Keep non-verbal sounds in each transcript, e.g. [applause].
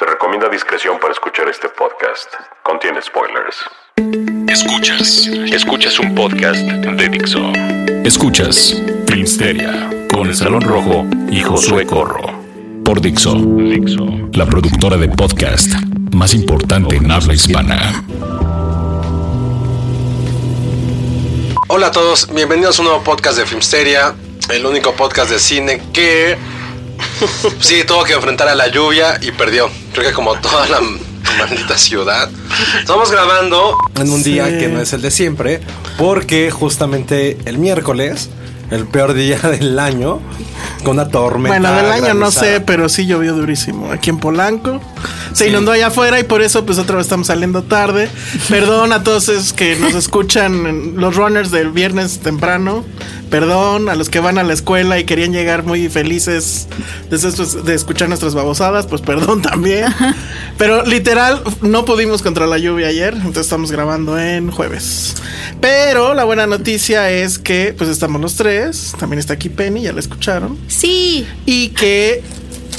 Se recomienda discreción para escuchar este podcast. Contiene spoilers. Escuchas, escuchas un podcast de Dixo. Escuchas Filmsteria con el Salón Rojo y Josué Corro. Por Dixo, la productora de podcast más importante en habla hispana. Hola a todos, bienvenidos a un nuevo podcast de Filmsteria, el único podcast de cine que [laughs] sí tuvo que enfrentar a la lluvia y perdió. Creo que como toda la maldita ciudad. Estamos grabando en un día que no es el de siempre, porque justamente el miércoles, el peor día [laughs] del año, con una tormenta. Bueno, del año no granizada. sé, pero sí llovió durísimo. Aquí en Polanco se inundó allá afuera y por eso pues otra vez estamos saliendo tarde. Perdón a todos esos que nos escuchan, en los runners del viernes temprano. Perdón a los que van a la escuela y querían llegar muy felices después pues, de escuchar nuestras babosadas, pues perdón también. Pero literal no pudimos contra la lluvia ayer, entonces estamos grabando en jueves. Pero la buena noticia es que pues estamos los tres, también está aquí Penny, ya la escucharon Sí. y que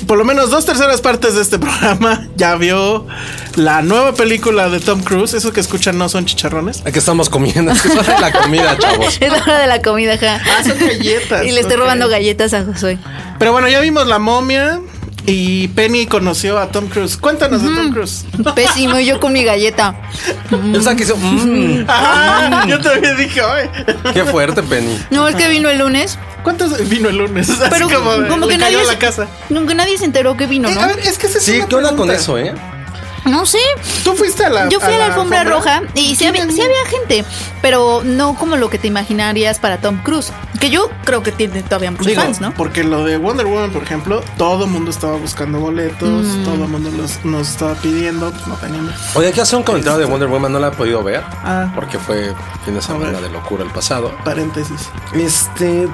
por lo menos dos terceras partes de este [laughs] programa ya vio la nueva película de Tom Cruise. Eso que escuchan no son chicharrones. Aquí estamos comiendo, es que es hora de la comida, chavos. Es la hora de la comida, ja. Ah, son galletas, [laughs] Y le estoy ok. robando galletas a Josué. Pero bueno, ya vimos La momia y Penny conoció a Tom Cruise. Cuéntanos de Tom Cruise. Pésimo, y yo con mi galleta. Yo sabía que hizo, "Mm, Ajá, yo también dije, oye, qué fuerte, Penny. No, es que vino el lunes. ¿cuántos vino el lunes? [laughs] Así Pero como, de, le cayó a se- la casa. Como que nadie se enteró que vino, Eh, ¿no? a ver, es que esa es Sí, una ¿qué onda con pregunta. eso, eh? No sé. Tú fuiste a la. Yo fui a la alfombra roja y sí había, sí había gente, pero no como lo que te imaginarías para Tom Cruise. Que yo creo que tiene todavía muchos Digo, fans, ¿no? Porque lo de Wonder Woman, por ejemplo, todo el mundo estaba buscando boletos, Mm. todo el mundo los- nos estaba pidiendo, pues no teníamos. Oye, aquí hacer un comentario de Wonder Woman, no la he podido ver, Ah. porque fue fin de semana ver. de locura el pasado. Paréntesis. Este.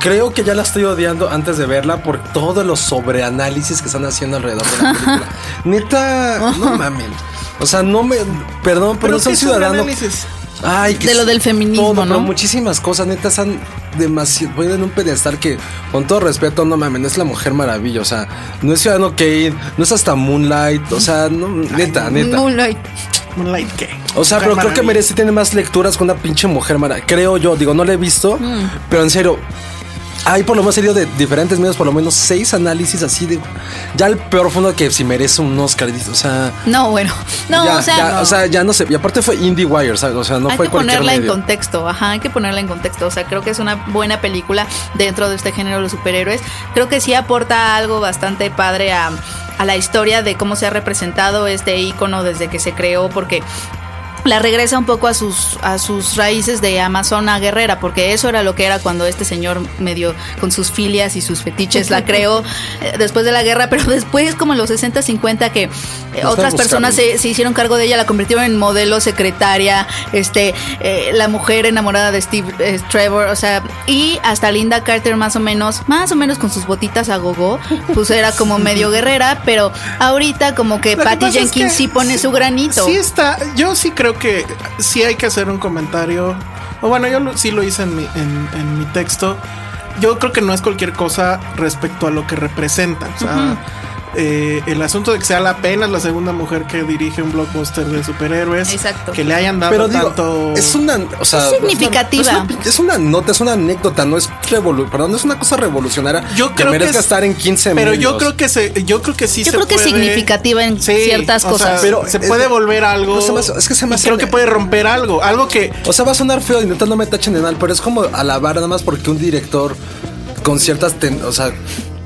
Creo que ya la estoy odiando antes de verla por todos los sobreanálisis que están haciendo alrededor de [laughs] la película. Neta, Oh. no mamen. O sea, no me. Perdón, pero, no soy qué ciudadano. sobreanálisis? Ay, que De lo es del feminismo, todo, pero ¿no? muchísimas cosas, neta, están demasiado. Ponen en un pedestal que, con todo respeto, no mamen, es la mujer maravilla. O sea, no es Ciudadano Kane, no es hasta Moonlight. O sea, no, neta, neta. Moonlight. Moonlight qué. O sea, pero Mujer creo que Maravilla. merece tiene más lecturas con una pinche mujer mara. Creo yo, digo, no la he visto, Mm. pero en serio. Hay por lo menos he leído de diferentes medios, por lo menos seis análisis así de. Ya el peor fondo que si merece un Oscar. dices, O sea. No, bueno. No, ya, o sea. ya, no. o sea, ya no sé. Y aparte fue IndieWire, ¿sabes? O sea, no hay fue que cualquier ponerla en medio. contexto, ajá, hay que ponerla en contexto. O sea, creo que es una buena película dentro de este género de los superhéroes. Creo que sí aporta algo bastante padre a, a la historia de cómo se ha representado este icono desde que se creó, porque la regresa un poco a sus, a sus raíces de Amazona guerrera, porque eso era lo que era cuando este señor medio con sus filias y sus fetiches [laughs] la creó eh, después de la guerra, pero [laughs] después como en los 60, 50 que eh, otras personas eh, se, se hicieron cargo de ella, la convirtieron en modelo, secretaria, este, eh, la mujer enamorada de Steve eh, Trevor, o sea, y hasta Linda Carter más o menos, más o menos con sus botitas a gogo, pues era como medio guerrera, pero ahorita como que Lo que Patty pasa es Jenkins que sí pone su granito. Sí está, yo sí creo que sí hay que hacer un comentario. O bueno, yo lo- sí lo hice en mi, en, en mi texto. Yo creo que no es cualquier cosa respecto a lo que representa. O sea, eh, el asunto de que sea la apenas la segunda mujer que dirige un blockbuster de superhéroes. Exacto. Que le hayan dado Pero digo, tanto. es una, o sea, Es significativa. Es una, es una nota, es una anécdota, no es revolu perdón, no es una cosa revolucionaria Yo creo que merezca es- estar en 15 Pero minutos. yo creo que se, yo creo que sí Yo se creo que es puede- significativa en ciertas o sea, cosas. Pero se es- puede volver algo. no se me hace- es que se me y hace- creo que puede romper algo, algo que O sea, va a sonar feo, neta no me tachen de nada, pero es como alabar nada más porque un director con ciertas, ten- o sea,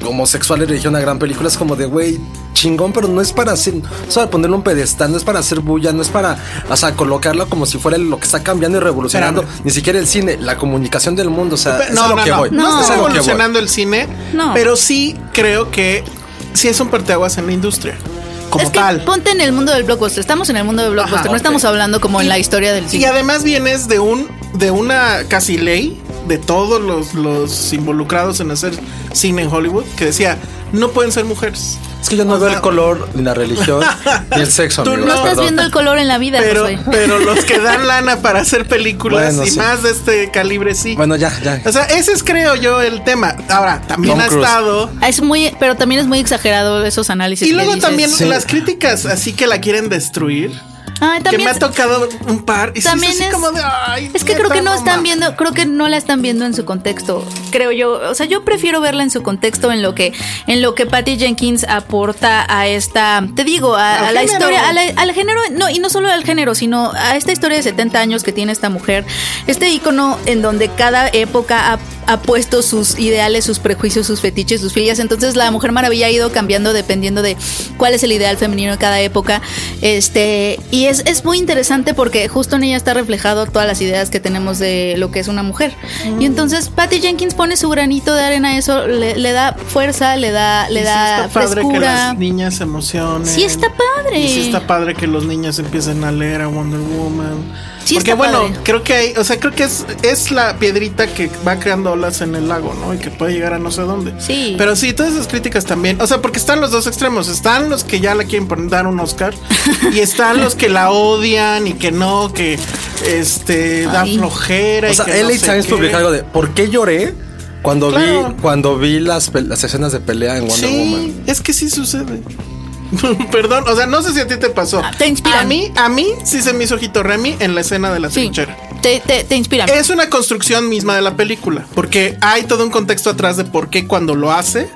como sexual y religión a gran película es como de, güey, chingón, pero no es para hacer, o sea, ponerle un pedestal, no es para hacer bulla, no es para, o sea, colocarlo como si fuera lo que está cambiando y revolucionando, Espérame. ni siquiera el cine, la comunicación del mundo, o sea, Pe- es a lo que no, voy. No, es está a lo que voy. revolucionando el cine, No. pero sí creo que sí es un parteaguas en la industria. Como es que pues, tal. ponte en el mundo del blockbuster. Estamos en el mundo del blockbuster. Ajá, no estamos ok. hablando como en la historia del Y cine. además vienes de un de una casi ley de todos los, los involucrados en hacer cine en Hollywood que decía no pueden ser mujeres. Es que yo no O veo sea- el color, ni la [laughs] religión, ni el sexo, Tú amigos, no estás perdón. viendo el color en la vida, Pero, Josué. pero los que dan lana para hacer películas Bueno, y sí. más de este calibre sí. Bueno, ya, ya. o sea, ese es creo yo el tema. Ahora, también Tom ha Cruise. estado [laughs] Es muy, pero también es muy exagerado esos análisis. y que luego dices. también Sí. las críticas así que la quieren destruir. que Ay, Ah, también me ha tocado un par y sí es también así es, como de, "Ay, es que creo neta, que no están mamá". viendo, creo que no la están viendo en su contexto, creo yo. O sea, yo prefiero verla en su contexto, en lo que, en lo que Patty Jenkins aporta a esta, te digo, a, Al a la género. historia, a la- eh, al género, no, y no solo al género, sino a esta historia de 70 años que tiene esta mujer, este ícono en donde cada época ha, ha puesto sus ideales, sus prejuicios, sus fetiches, sus filias. Entonces la Mujer Maravilla ha ido cambiando dependiendo de cuál es el ideal femenino de cada época. Este, y es, es muy interesante porque justo en ella está reflejado todas las ideas que tenemos de lo que es una mujer. Mm. Y entonces Patty Jenkins pone su granito de arena a eso, le, le da fuerza, le da, le Y sí da está padre que frescura. las niñas se emocionen. Sí está padre. Y sí está padre que los niños empiecen a leer a Wonder Woman. Sí Porque está bueno, padre. creo que hay, o sea, creo que es, es la piedrita que va creando olas en el lago, ¿no? Y que puede llegar a no sé dónde. Sí. Pero sí, todas esas críticas también. O sea, porque están los dos extremos. Están los que ya la quieren poner, dar un Oscar. y están los que la odian y que no, que este da Ay. flojera. O y sea, que no LA sé Times qué. publicó algo de ¿Por qué lloré cuando Claro. vi cuando vi las, pe- las escenas de pelea en Wonder sí, Woman? es que sí sucede. [laughs] Perdón, o sea, no sé si a ti te pasó. Ah, te inspiran. A mí, a mí sí se me hizo Hito Remy en la escena de la Sí. trinchera. Te, te, te inspira. Es una construcción misma de la película, porque hay todo un contexto atrás de por qué cuando lo hace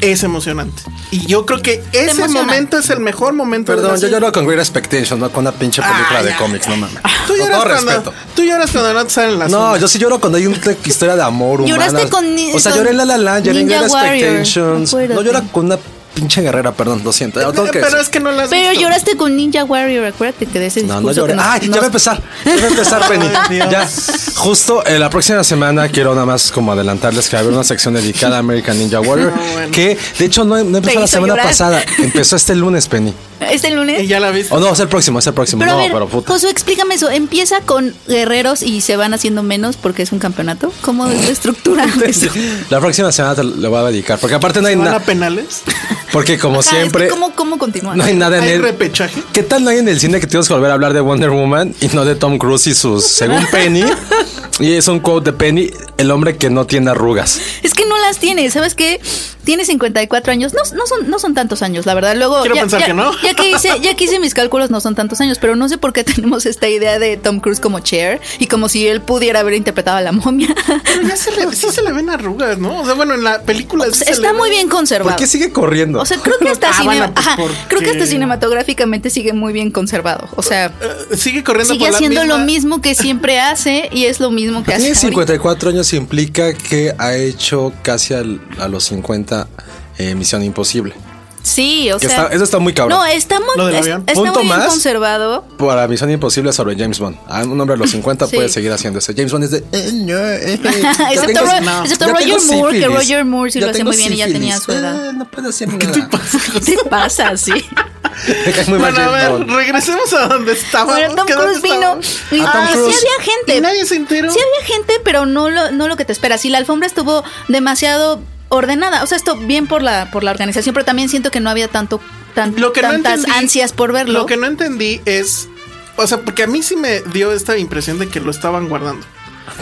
es emocionante. Y yo creo que ese emociona. momento es el mejor momento. de Perdón, la yo serie. lloro con Great Expectation, no con una pinche película Ah, de ya. cómics, no mames. Tú Con lloras, todo cuando, respeto. tú lloras cuando no te salen las No, ondas. yo sí lloro cuando hay una historia de amor humana. Lloraste con ni- O sea, con lloré en La La Land, lloré en Ninja Great Warrior, Expectations. No acuérdate. llora con una pinche guerrera, perdón, lo siento. ya lo tengo que Pero decir. es que no las Pero lloraste con Ninja Warrior, acuérdate que de ese No, discurso no lloré. que nos- Ay, ya nos- va a empezar. Ya va a empezar, Penny. Ay, Dios. ya. Justo eh, la próxima semana quiero nada más como adelantarles que va a haber una sección dedicada a American Ninja Warrior. No, bueno. Que de hecho no, no empezó la hizo semana llorar. pasada. Empezó este lunes, Penny. ¿Este lunes? Y ya la viste. O no, es el próximo, es el próximo. Pero no, a ver, pero [laughs] puta. Josué, explícame eso. ¿Empieza con guerreros y se van haciendo menos porque es un campeonato? [laughs] ¿Cómo es la estructura de eso? La próxima semana te le voy a dedicar. Porque aparte no hay ¿Van a nada. penales? Porque como Ajá, es que siempre. ¿Cómo, cómo continúa? No hay nada en ¿Hay el. repechaje? ¿Qué tal no hay en el cine que tienes que volver a hablar de Wonder Woman y no de Tom Cruise y sus, según Penny? Y es un quote de Penny, el hombre que no tiene arrugas. Es que no las tiene, ¿sabes qué? Tiene 54 años, no, no, son, no son tantos años, la verdad. Luego, Quiero pensar que no. Ya [laughs] que, hice, ya que hice mis cálculos, no son tantos años, pero no sé por qué [laughs] tenemos esta idea de Tom Cruise como Cher y como si él pudiera haber interpretado a [laughs] la momia. Pero ya se le, sí se le ven arrugas, ¿no? O sea, bueno, en la película sí se le Está ven. muy bien ¿Por conservado. qué sigue corriendo? O sea, creo que hasta, Ah, cine- bueno, pues, ajá, creo que porque- hasta cinematográficamente sigue muy bien conservado. O sea, Eh, Sigue corriendo sigue por la haciendo lo misma- mismo que siempre hace y es lo mismo que hace. Tiene ahorita. 54 años implica que ha hecho casi al- a los 50 eh, Misión Imposible. Sí, o Que sea, está- eso está muy cabrón. no está muy, Lo del es- avión. está Punto muy bien más. [laughs] conservado. [laughs] Para Misión Imposible sobre James Bond. Ah, Un hombre a los 50 Sí. puede seguir haciendo eso. James Bond es de... eh, no, [laughs] eh, ya Excepto tengo- Ro- No. excepto ya Roger tengo Moore, que sífilis. Roger Moore sí lo hace tengo muy bien y ya tenía sífilis. su edad. Eh, no puedo hacer nada. [laughs] ¿Qué te pasa? Sí. Me cae muy mal Bueno, a James ver, Bond. regresemos a donde estábamos. Pero Tom Ah, ¿qué dónde Cruise vino estábamos? y A Tom ah, sí Cruise. había gente. Y nadie se enteró. Sí había gente, pero no lo, no lo que te espera. Sí, la alfombra estuvo demasiado ordenada. O sea, esto bien por la, por la organización, pero también siento que no había tanto, tan- Lo que no tantas entendí- ansias por verlo. Lo que no entendí es. O sea, porque a mí sí me dio esta impresión de que lo estaban guardando.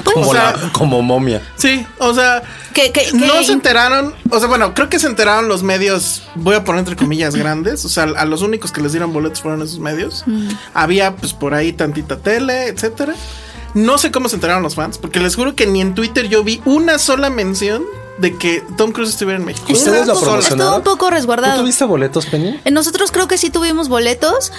Como, O sea- la- como momia. Sí, o sea, Que- que- no que- se enteraron, o sea, bueno, creo que se enteraron los medios, voy a poner entre comillas [laughs] grandes, o sea, a los únicos que les dieron boletos fueron esos medios. Mm. Había pues por ahí tantita tele, etcétera. No sé cómo se enteraron los fans, porque les juro que ni en Twitter yo vi una sola mención de que Tom Cruise estuviera en México. ¿Ustedes Una lo sola. promocionaron? Estuvo un poco ¿Tú resguardado. tuviste boletos, Peña? Eh, Nosotros creo que sí tuvimos boletos.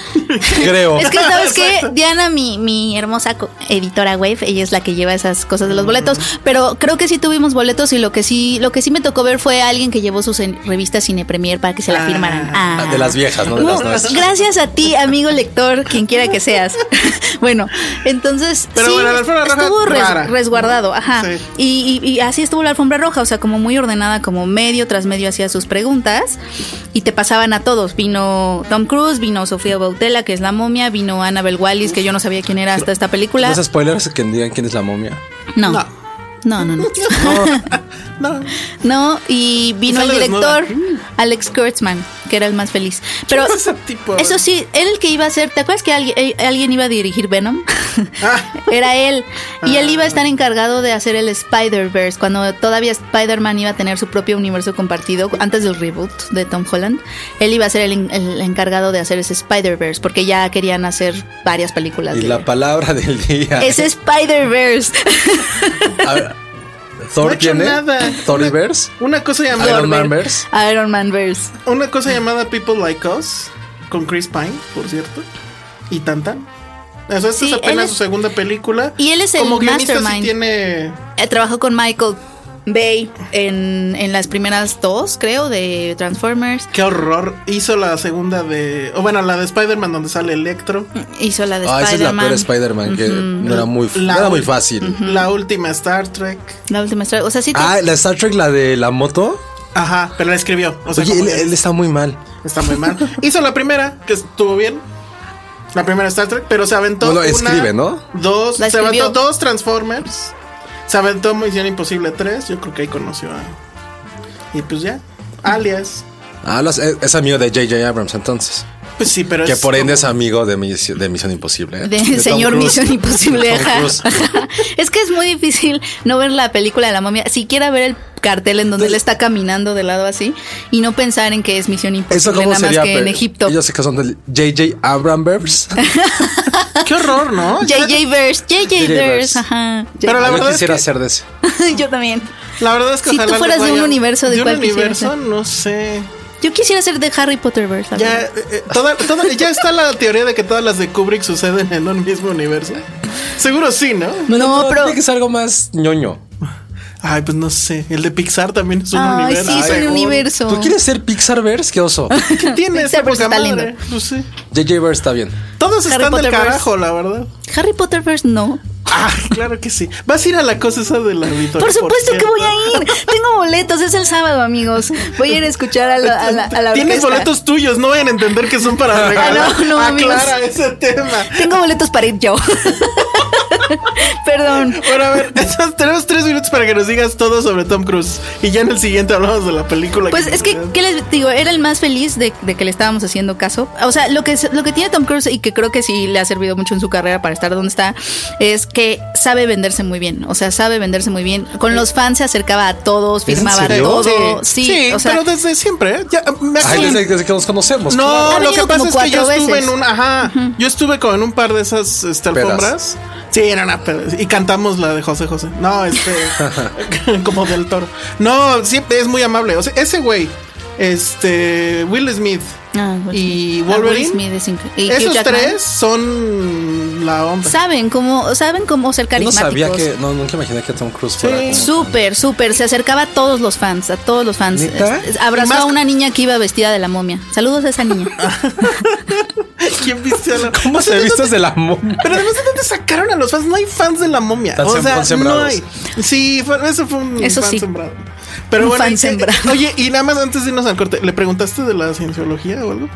Creo. Es que, ¿sabes qué? Exacto. Diana, mi, mi hermosa co- editora web, ella es la que lleva esas cosas de los boletos. Pero creo que sí tuvimos boletos y lo que sí, lo que sí me tocó ver fue a alguien que llevó sus en- revistas Cine Premier para que se la firmaran. Ah. De las viejas, ¿no? De las No, nuevas. gracias a ti, amigo lector, quien quiera que seas. [laughs] bueno, entonces Pero sí, bueno, la alfombra roja estuvo res- rara. resguardado, ajá. Sí. Y, y- y así estuvo la alfombra roja, o sea, como muy ordenada, como medio tras medio hacía sus preguntas y te pasaban a todos. Vino Tom Cruise, vino Sofía Bautela, que es la momia, vino Annabel Wallis, que yo no sabía quién era hasta esta película. Los spoilers que digan quién es la momia. No. No. No, no, no. [laughs] No, No, y vino el Sale desnuda. director Alex Kurtzman, que era el más feliz. [laughs] Pero ¿Quién es ese tipo? eso sí, era el que iba a ser, ¿te acuerdas que alguien, eh, alguien iba a [laughs] dirigir Venom? Ah. era él. Y él Ah. iba a estar encargado de hacer el Spider-Verse, cuando todavía Spider-Man iba a tener su propio universo compartido, antes del reboot de Tom Holland. Él iba a ser el, en- el encargado de hacer ese Spider-Verse, porque ya querían hacer varias películas. Y de- la palabra del día. [laughs] es Spider-Verse. A ver, no ¿Thor he hecho quién es? nada. ¿Thoriverse? Una cosa ¿Iron llamada Man verse? Iron Man-Verse. una cosa llamada People Like Us con Chris Pine, por cierto, y Tantan. Eso esta Sí, es él apenas es- su segunda película. y él es el Como guionista sí mastermind. tiene Eh, trabajó con Michael Bay en, en las primeras dos, creo, de Transformers. Qué horror. Hizo la segunda de. O bueno, la de Spider-Man donde sale Electro. Hizo la de Ah, esa es la Spider-Man. peor Spider-Man, que no era muy, La no era muy ul- fácil. La última Star Trek. La última Star- O sea, sí. te- Ah, la Star Trek, la de la moto. Ajá, pero la escribió. O sea, Oye, como él, que él está muy mal. está muy mal. Hizo la primera, que estuvo bien. La primera Star Trek, pero se aventó. No lo una, escribe, ¿no? Dos. La Se aventó escribió. dos Transformers. Se aventó Misión Imposible 3. Yo creo que ahí conoció a. Y pues ya. Alias. Ah, las- es, es amigo de J.J. Abrams, entonces. Pues sí, pero Que es por ende es como- amigo de, Misi- de Misión Imposible. ¿eh? de Tom señor Cruise. Misión Imposible. Tom ajá. Cruise. [laughs] es que es muy difícil no ver la película de la momia, siquiera ver el cartel en donde él está caminando de lado así y no pensar en que es Misión Imposible, Eso cómo nada sería. más que en pe- Egipto. Ellos sé que son del J.J. Abrams. Qué horror, [laughs] ¿no? [laughs] JJ Verse, JJ Verse, Verse. ajá. Pero la Yo verdad es quisiera que- hacer de ese. [laughs] Yo también. La verdad es que Si tú ojalá fueras les de un vaya- universo, ¿de de un cuál quisieras universo, ser? no sé. Yo quisiera ser de Harry Potter Verse. la Ya, verdad. eh, eh, toda- toda- ya está la teoría de que todas las de Kubrick suceden en un mismo universo. Seguro sí, ¿no? No, pero- Tiene que ser algo más ñoño. Ay, pues no sé. El de Pixar también es un Ay, universo. sí, es un seguro. universo. ¿Tú quieres ser Pixarverse? ¿Qué oso? ¿Qué [laughs] tiene esa Pixar, pero poca está madre? lindo. Pues sí. J.J. Verse está bien. Todos Harry están del Potterverse. carajo, la [laughs] verdad. Harry Potter Verse no. Ay, Ah, claro que sí. Vas a ir a la cosa esa [laughs] del auditorio. Por supuesto que cierto. voy a ir. Tengo boletos, es el sábado, amigos. Voy a ir a escuchar a la, a la- a la Tienes orquesta. Ah, boletos tuyos, no vayan a entender que son para regalar. no, no, amigos. Aclara ese tema. Tengo boletos para ir yo. [laughs] Perdón. Bueno, a ver, [laughs] entonces tenemos tres minutos para que nos digas todo sobre Tom Cruise. Y ya en el siguiente hablamos de la película. Pues es que, ¿qué les digo? Era el más feliz de, de que le estábamos haciendo caso. O sea, lo que, es- lo que tiene Tom Cruise y que creo que sí le ha servido mucho en su carrera para estar donde está, es que sabe venderse muy bien. O sea, sabe venderse muy bien. Con los fans se acercaba a todos, en firmaba serio? todo. Sí, o sea, pero desde siempre, ¿eh? Ya, me Ay, acuerdo- desde, desde que nos conocemos. No, Ha lo venido que pasa como es que yo cuatro estuve en veces. un, ajá, yo estuve con un par de esas este, Pedas. alfombras. Sí, eran una peda. Y cantamos la de José José. No, este, [laughs] como del toro. No, sí, es muy amable. O sea, ese güey, este, Will Smith Ah, Will y Smith. Ah, Wolverine. Will Smith es incre- y Hugh esos Jackman. tres son la [laughs] onda. saben cómo, saben cómo ser Yo no carismáticos. sabía que. No, nunca imaginé que Tom Cruise fuera. como- Súper, súper. Se acercaba a todos los fans, a todos los fans. ¿Neta? Es- es- Abrazó Y más- a una niña que iba vestida de la momia. Saludos a [laughs] esa niña. ¿Quién viste a la [laughs] ¿Cómo se vistes de la momia? Pero además, ¿de dónde sacaron a los fans? No hay fans de la momia. Están o sem- sea, están no sembrados. hay. Sí, fue- eso fue un Eso fan sí. sembrado. Pero Un bueno, fan y- eh, sembrado. oye, y nada más antes de irnos al corte, ¿le preguntaste de la cienciología o algo?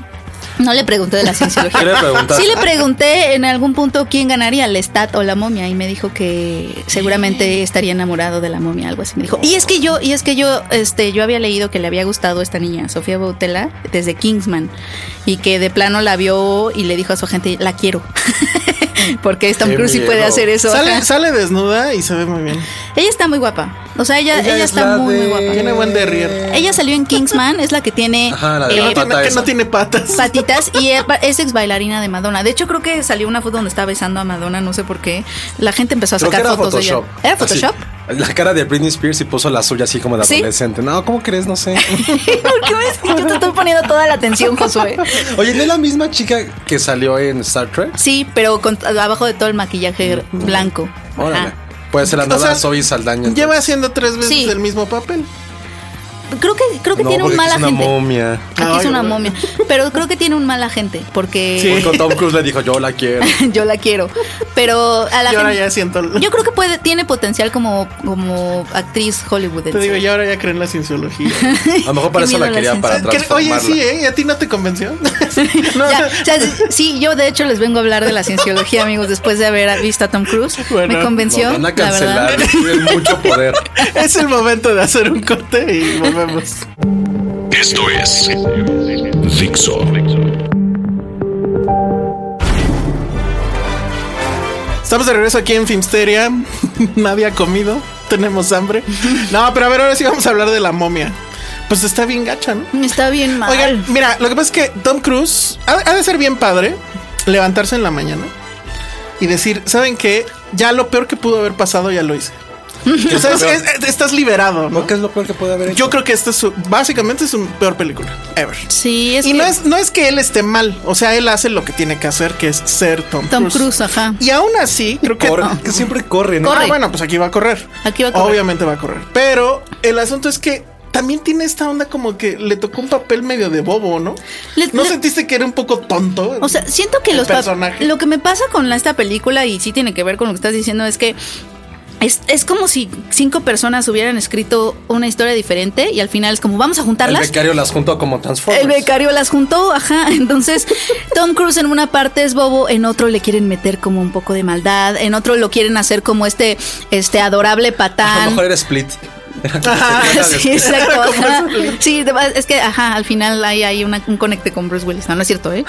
No le pregunté de la ¿Qué cienciología. le preguntaste? Sí le pregunté en algún punto quién ganaría, Lestat o la momia, y me dijo que seguramente estaría enamorado de la momia, algo así me dijo. Y es que yo, y es que yo, este, yo había leído que le había gustado esta niña, Sofía Bautela, desde Kingsman, y que de plano la vio y le dijo a su agente, la quiero. [laughs] Porque Tom Qué Cruise sí puede miedo. hacer eso. Sale, ajá. sale desnuda y se ve muy bien. Ella está muy guapa. O sea, ella, ella, es está la muy, muy de- guapa. Tiene buen Eh, derrier. Ella salió en Kingsman, es la que tiene Ajá, la de la eh, pata Que esa. no tiene patas. patitas y es- es ex bailarina de Madonna. De hecho, creo que salió una foto donde estaba besando a Madonna, no sé por qué. La gente empezó a Creo que sacar era fotos Photoshop. de ella. ¿Era Así. Photoshop? [laughs] La cara de Britney Spears y puso la suya así como de ¿Sí? adolescente. No, ¿cómo crees? No [laughs] sé. ¿Por qué me- Yo te estoy poniendo toda la atención, Josué. Oye, ¿no es la misma chica que salió en Star Trek? Sí, pero con- abajo de todo el maquillaje blanco. Mm. Órale. Ajá. Puede ser la O nueva sea, Zoe Saldaña. entonces. Lleva haciendo tres veces Sí. el mismo papel. Creo que, creo que No, tiene un porque mal es una agente. momia. Aquí es Ay, una güey. momia. Pero creo que tiene un mal agente, porque Porque Tom Cruise le dijo, yo la quiero. [laughs] yo la quiero. Pero a la y ahora gente- ya siento. Yo creo que puede, tiene potencial como, como actriz te hollywoodense. [laughs] digo, y ahora ya creen la cienciología. A lo mejor para Qué eso la miedo quería, la para Que- Oye, transformarla. sí, ¿eh? ¿Y a ti no te convenció? [laughs] no, Ya, o sea, sí, yo de hecho les vengo a hablar de la cienciología, amigos, después de haber visto a Tom [laughs] Cruise. Bueno, me convenció, Nos van a la verdad. cancelar. [laughs] Tienen mucho [laughs] poder. es el momento de hacer un corte y volvemos. Esto es Dixo. Estamos de regreso aquí en Filmsteria. [laughs] Nadie ha comido. Tenemos hambre. No, pero a ver, ahora sí vamos a hablar de la momia. Pues está bien gacha, ¿no? Está bien mal. Oigan, mira, lo que pasa es que Tom Cruise ha, ha de ser bien padre levantarse en la mañana y decir, ¿saben qué? Ya lo peor que pudo haber pasado ya lo [laughs] hice. O sea, es- es- estás liberado, ¿no? ¿Qué es lo peor que puede haber hecho? Yo creo que esta es su, básicamente es su peor película ever. sí, es y que no es, no es que él esté mal, o sea, él hace lo que tiene que hacer, que es ser Tom, Tom Cruise. Cruise, ajá. Y aún así, creo que Corre, que siempre corre, ¿no? Corre. Ah, bueno, pues aquí va a correr. Aquí va a correr. Obviamente va a correr. Pero el asunto es que también tiene esta onda como que le tocó un papel medio de bobo, ¿no? Le- ¿No le- sentiste que era un poco tonto? O sea, siento que El los pap- personaje. lo que me pasa con la- esta película y sí tiene que ver con lo que estás diciendo es que es, es como si cinco personas hubieran escrito una historia diferente y al final es como vamos a El juntarlas. becario las juntó como Transformers. El becario las juntó, ajá. [laughs] Entonces, Tom Cruise en una parte es bobo, en otro le quieren meter como un poco de maldad, en otro lo quieren hacer como este, este adorable A lo patán. mejor era Split. Ajá, Sí, Split. [laughs] exacto. ajá. Sí, de- es que, ajá, al final hay, hay una- un conecte con Bruce Willis. No, no es cierto, [laughs] ¿eh?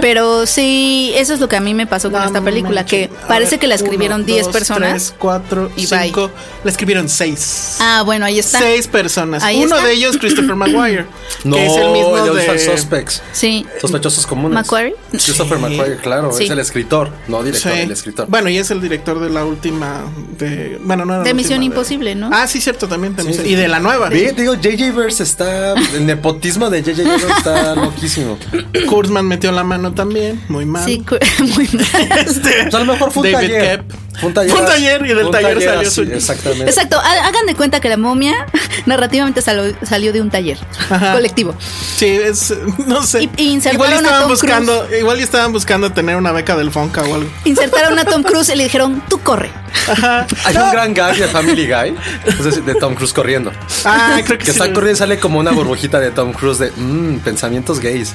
Pero sí, eso es lo que a mí me pasó con No esta película, manches. que A parece ver, que la uno, escribieron dos, 10 personas. Tres, cuatro, y bye. cinco. La escribieron seis. Ah, bueno, ahí está. Seis personas. Ahí Uno está. de ellos, Christopher [clears throat] Maguire. No, que es el mismo de de... Usual Suspects. Sí. Sospechosos comunes. ¿Macquarie? Christopher McQuarrie, claro. Sí. Es el escritor, no Sí. director, el escritor. Bueno, y es el director de la última de. Bueno, no era De la Misión última, Imposible, ¿no? Ah, sí, cierto, también. de Sí, Misión- sí. Y de la nueva. Ve, te digo, J.J. Verse está. El nepotismo de J.J. Verse [laughs] está loquísimo. Pues Kurtzman metió la mano también. Muy mal. Sí, cu- [laughs] muy mal. O sea, a lo mejor fue un David taller. Koepp. Fue un taller. Fue un taller y del un taller salió así, su- Exactamente. Exacto, ha- hagan de cuenta que la momia [laughs] narrativamente salo- salió de un taller Ajá. colectivo. Sí, es. [laughs] No sé. Y- y insertaron igual a estaban Tom buscando. Igual y estaban buscando tener una beca del Fonca o [laughs] algo. Insertaron a Tom Cruise y le dijeron, tú corre. Hay un gran gag de Family Guy. pues es decir, de Tom Cruise corriendo. Ah, creo que, Que sí. está corriendo y sale como una burbujita de Tom Cruise de "Mm, pensamientos gays.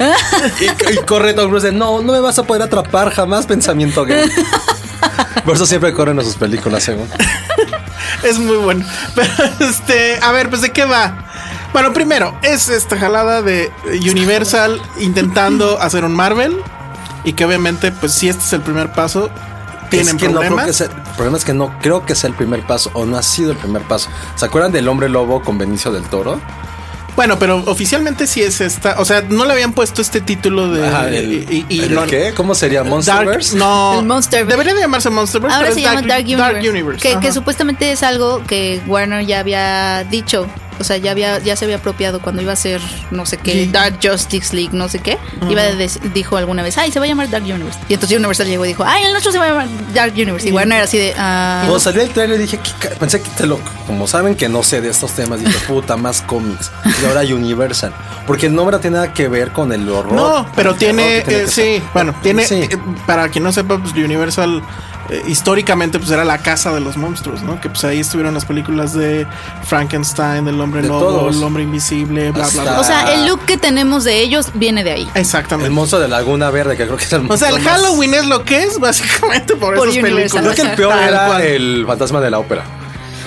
Y, y corre Tom Cruise de no, no me vas a poder atrapar jamás pensamiento gay. Por eso siempre corren a sus películas, según. Es muy bueno. [laughs] Pero este. A ver, pues de qué va. Bueno, primero, es esta jalada de [laughs] Universal intentando hacer un Marvel. Y que obviamente, pues si este es el primer paso, Es tienen que no creo problemas. que sea- el problema es que no creo que sea el primer paso o no ha sido el primer paso. ¿Se acuerdan del hombre lobo con Benicio del Toro? Bueno, pero oficialmente sí es esta. O sea, no le habían puesto este título de. Ajá, el- y, y- y ¿el no- qué? ¿Cómo sería? Dark, ¿Monsterverse? no. El Monsterverse. Debería de llamarse Monsterverse. Ahora pero se es llama Dark Universe. que, que Ajá. supuestamente es algo que Warner ya había dicho. O sea, ya, había, ya se había apropiado cuando iba a ser, no sé qué, Sí. Dark Justice League, no sé qué. Iba a des- dijo alguna vez, ay, se va a llamar Dark Universe. Y entonces Universal llegó y dijo, ay, el nuestro se va a llamar Dark Universe. Y Warner así de, ah, Cuando salió el trailer dije, "¿Qué ca-?" pensé que te lo, como saben que no sé de estos temas, dije, puta, más cómics. Y ahora Universal. Porque el nombre no tiene nada que ver con el horror. No, El pero horror Oh, tiene. que tiene eh, que sí, ser. bueno, tiene. Sí. eh, para quien no sepa, pues Universal eh, históricamente pues era la casa de los monstruos, ¿no? Que pues ahí estuvieron las películas de Frankenstein, El Hombre De Lobo, todos. El Hombre Invisible, bla, bla, Hasta- bla. o sea, el look que tenemos de ellos viene de ahí. El Exactamente. monstruo de Laguna Verde, que creo que es el O sea, monstruo el más- Halloween es lo que es, [laughs] básicamente, por, Por esas Universal. películas. Creo que el peor Tal era cual. el fantasma de la ópera.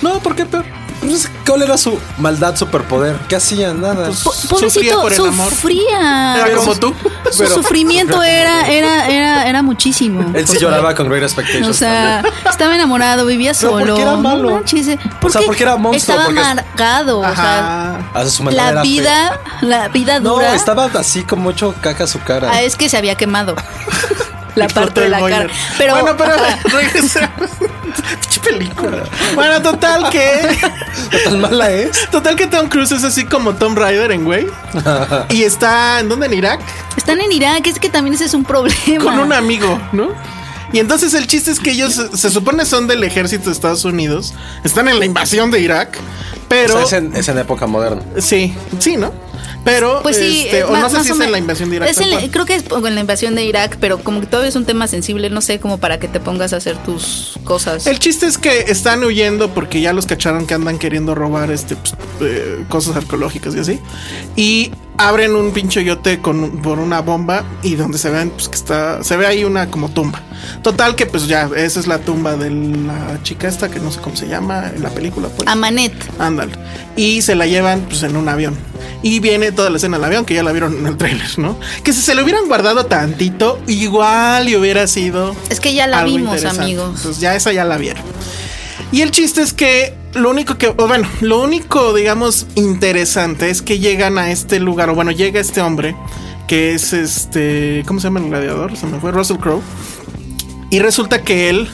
No, ¿por qué peor? Pues, ¿Cuál era su maldad, superpoder? ¿Qué hacía? Nada. Pues, Po- Sufría pobrecito, por el amor. sufría. Era como tú. Su [laughs] sufrimiento era, era, era, era muchísimo. Él sí pues, Porque, lloraba con Great Expectations. O sea, estaba enamorado, vivía Pero ¿por qué solo. era No malo? manches, eh, O sea, ¿por qué era monstruo? Estaba Porque es- amargado. O sea, Ajá. Hace Ah, su maldad la era fea. vida, la vida No, dura. estaba así con mucho caca su cara. Ah, es que se había [laughs] quemado. La Y parte cortó de el la boiler. cara. Pero, Bueno, [laughs] pero ajá, [laughs] regresemos. Pinche película. Bueno, total que. ¿Qué tan mala es? Total que Tom Cruise es así como Tom Rider en [laughs] güey. Y está. ¿En dónde? En Irak. están en Irak, es que también ese es un problema. Con un amigo, ¿no? Y entonces el chiste es que ellos se, se supone son del ejército de Estados Unidos. Están en la invasión de Irak. Pero. O sea, es, en, es en época moderna. Sí, sí, ¿no? Pero. [laughs] Pues sí, este, eh, o más- no sé más si es o en menos. la invasión de Irak. Es tal en la- cual. creo que es en la invasión de Irak, pero como que todavía es un tema sensible, no sé, como para que te pongas a hacer tus cosas. El chiste es que están huyendo porque ya los cacharon que andan queriendo robar este pues, eh, cosas arqueológicas y así. Y abren un pinche yote con un- por una bomba y donde se ven pues que está se ve ahí una como tumba. Total que pues ya esa es la tumba de la chica esta que no sé cómo se llama en la película pues. Amanet. Ándale. Y se la llevan pues en un avión. Y viene toda la escena del avión que ya la vieron en el trailer, ¿no? Que si se lo hubieran guardado tantito, igual y hubiera sido Es que ya la algo vimos, interesante. amigos. Entonces, ya esa ya la vieron. Y el chiste es que lo único que, o bueno, lo único, digamos, interesante es que llegan a este lugar, o bueno, llega este hombre, que es este, ¿cómo se llama el gladiador? Se me fue, Russell Crowe. Y resulta que él,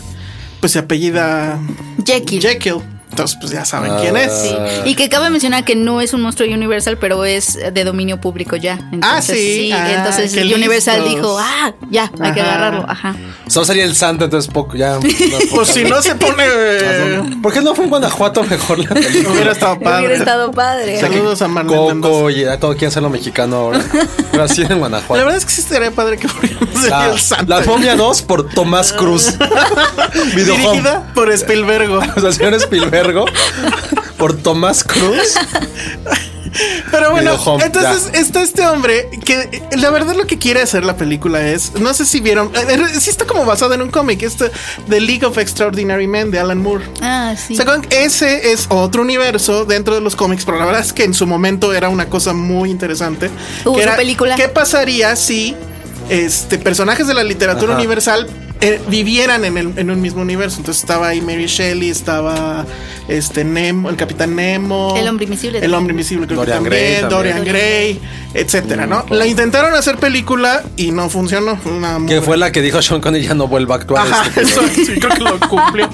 pues se apellida Jekyll. Entonces, pues ya saben quién es. Sí. Ah, Y que cabe mencionar que no es un monstruo Universal, pero es de dominio público ya. Entonces, Ah, sí. Ah, entonces qué Universal listos. dijo, ah, ya, hay que Ajá. Ah, agarrarlo. Ajá. Solo sería el santo, entonces poco, ya. no es poca Pues si no eh, [laughs] se pone. razón. ¿Por qué no fue en Guanajuato mejor la película? hubiera estado Hubiera padre. estado padre. sea, Saludos a Marlene Coco Mendoza. y a todo quien hacerlo mexicano ahora. Pero así en La Guanajuato. verdad es que sí estaría padre que fuéramos La, el santo. la momia 2 por Tomás [laughs] Cruz. Videohome. Dirigida por Spielbergo. O sea, señor Spielbergo por Tomás Cruz. Pero bueno, Video home, entonces está este hombre que eh, la verdad lo que quiere hacer la película es, no sé si vieron, eh, eh, sí está como basado en un cómic, esto The League of Extraordinary Men de Alan Moore. Ah, sí. ¿Se acuerdan? Ese es otro universo dentro de los cómics, pero la verdad es que en su momento era una cosa muy interesante. Hubo que su era, película. ¿Qué pasaría si este, personajes de la literatura Ajá. universal eh, vivieran en, el- en un mismo universo? Entonces estaba ahí Mary Shelley, estaba este Nemo, el Capitán Nemo. El Hombre Invisible. El Hombre Invisible, creo Dorian que Gray también, también. Mm, Dorian Gray, etcétera, ¿no? La intentaron hacer película y no funcionó. Una Que mugre. fue la que dijo Sean Connery ya no vuelva a actuar. Ajá, este [laughs] eso, sí, creo que lo cumplió.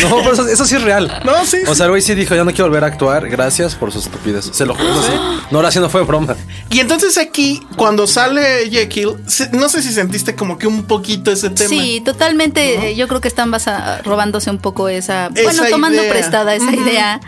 No, pero eso, eso sí es real. No, sí, O sí. sea, el güey sí dijo, ya no quiero volver a actuar, gracias por sus estupideces. Se lo juro, eso sí. No, ahora sí no fue broma. Y entonces aquí, cuando sale Jekyll, se- no sé si sentiste como que un poquito ese tema. Sí, totalmente. eh, Yo creo que están basa- robándose un poco esa. Esa bueno, tomando idea. prestada esa Ujú. idea.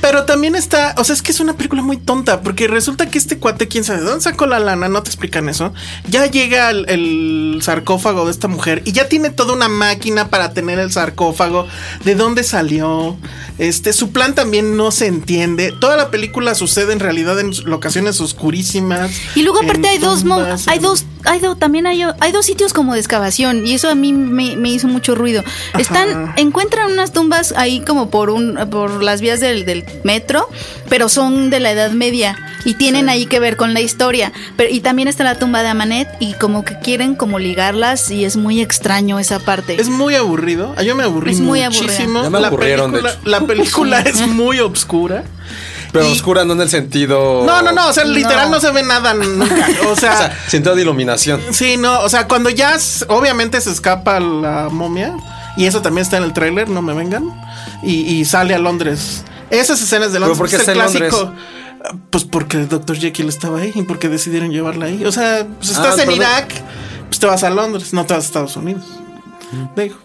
Pero también está, o sea, es que es una película muy tonta, porque resulta que este cuate, quién sabe de dónde sacó la lana, no te explican eso. Ya llega el, el sarcófago de esta mujer y ya tiene toda una máquina para tener el sarcófago, de dónde salió. Este, su plan también no se entiende. Toda la película sucede en realidad en locaciones oscurísimas. Y luego en aparte hay dos mo- tumbas, hay en- dos hay do- también hay, hay dos sitios como de excavación y eso a mí me, me hizo mucho ruido. Están Ajá. encuentran unas tumbas ahí como por un por las vías del, del metro, pero son de la Edad Media y tienen ahí que ver con la historia. Pero y también está la tumba de Amanet y como que quieren como ligarlas y es muy extraño esa parte. Es muy aburrido. Ah, Yo me aburrí Es muy aburrida. muchísimo. Ya me aburrieron, de película, hecho. la [laughs] película es muy obscura. Pero Y- oscura no en el sentido. No, no, no. O sea, literal No. no, se ve nada nunca. O Oh. [laughs] O sea, sea, sentido de iluminación. sí, no. O sea, cuando ya s- obviamente se escapa la momia. Y eso también está en el tráiler, no me vengan. Y, y sale a Londres. Esas escenas de ¿Pero Londres por qué pues, el está en clásico. Londres? Ah, Pues porque el Dr. Jekyll estaba ahí y porque decidieron llevarla ahí. O sea, pues Ah, estás en perdón. Irak, pues te vas a Londres, no te vas a Estados Unidos. Mm. Digo.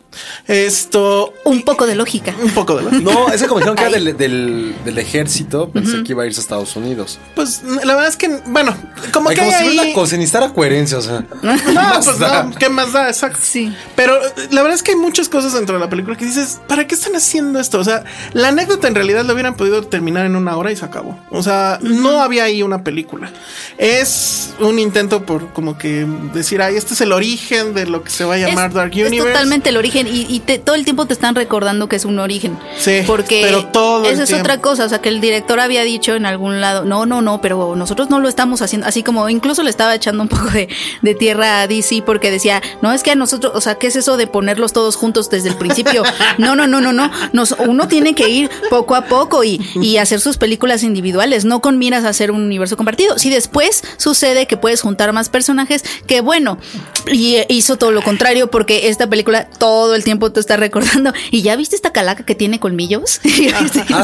Esto. un poco [laughs] de lógica. Un poco de la. No, ese como dijeron que era del, del, del ejército, pensé que iba a irse a Estados Unidos. Pues la verdad es que, bueno, como Ay, que como si hay hubiera ahí- [laughs] una cosa, necesitara coherencia, o sea. No, más pues da? no, ¿qué más da? Exacto. Sí. Pero eh, la verdad es que hay muchas cosas dentro de la película que dices, ¿para qué están haciendo esto? O sea, la anécdota en realidad lo hubieran podido terminar en una hora y se acabó. O sea, no había ahí una película. Es un intento por como que decir, ay, este es el origen de lo que se va a Es- llamar Dark es Universe. totalmente el origen origen y, y te- todo el tiempo te están recordando que es un origen. Sí, Porque pero todo el esa es tiempo. otra cosa, o sea, que el director había dicho en algún lado, no, no, no, pero nosotros no lo estamos haciendo, así como incluso le estaba echando un poco de, de tierra a DC porque decía, no, es que a nosotros, o sea, ¿qué es eso de ponerlos todos juntos desde el principio? No, no, no, no, no, Nos- uno tiene que ir poco a poco y, y hacer sus películas individuales, no con miras a hacer un universo compartido. Si después sucede que puedes juntar más personajes, que bueno, y eh, hizo todo lo contrario porque esta película todo el tiempo te está recordando, ¿y ya viste esta calaca que tiene colmillos? [laughs] Ah,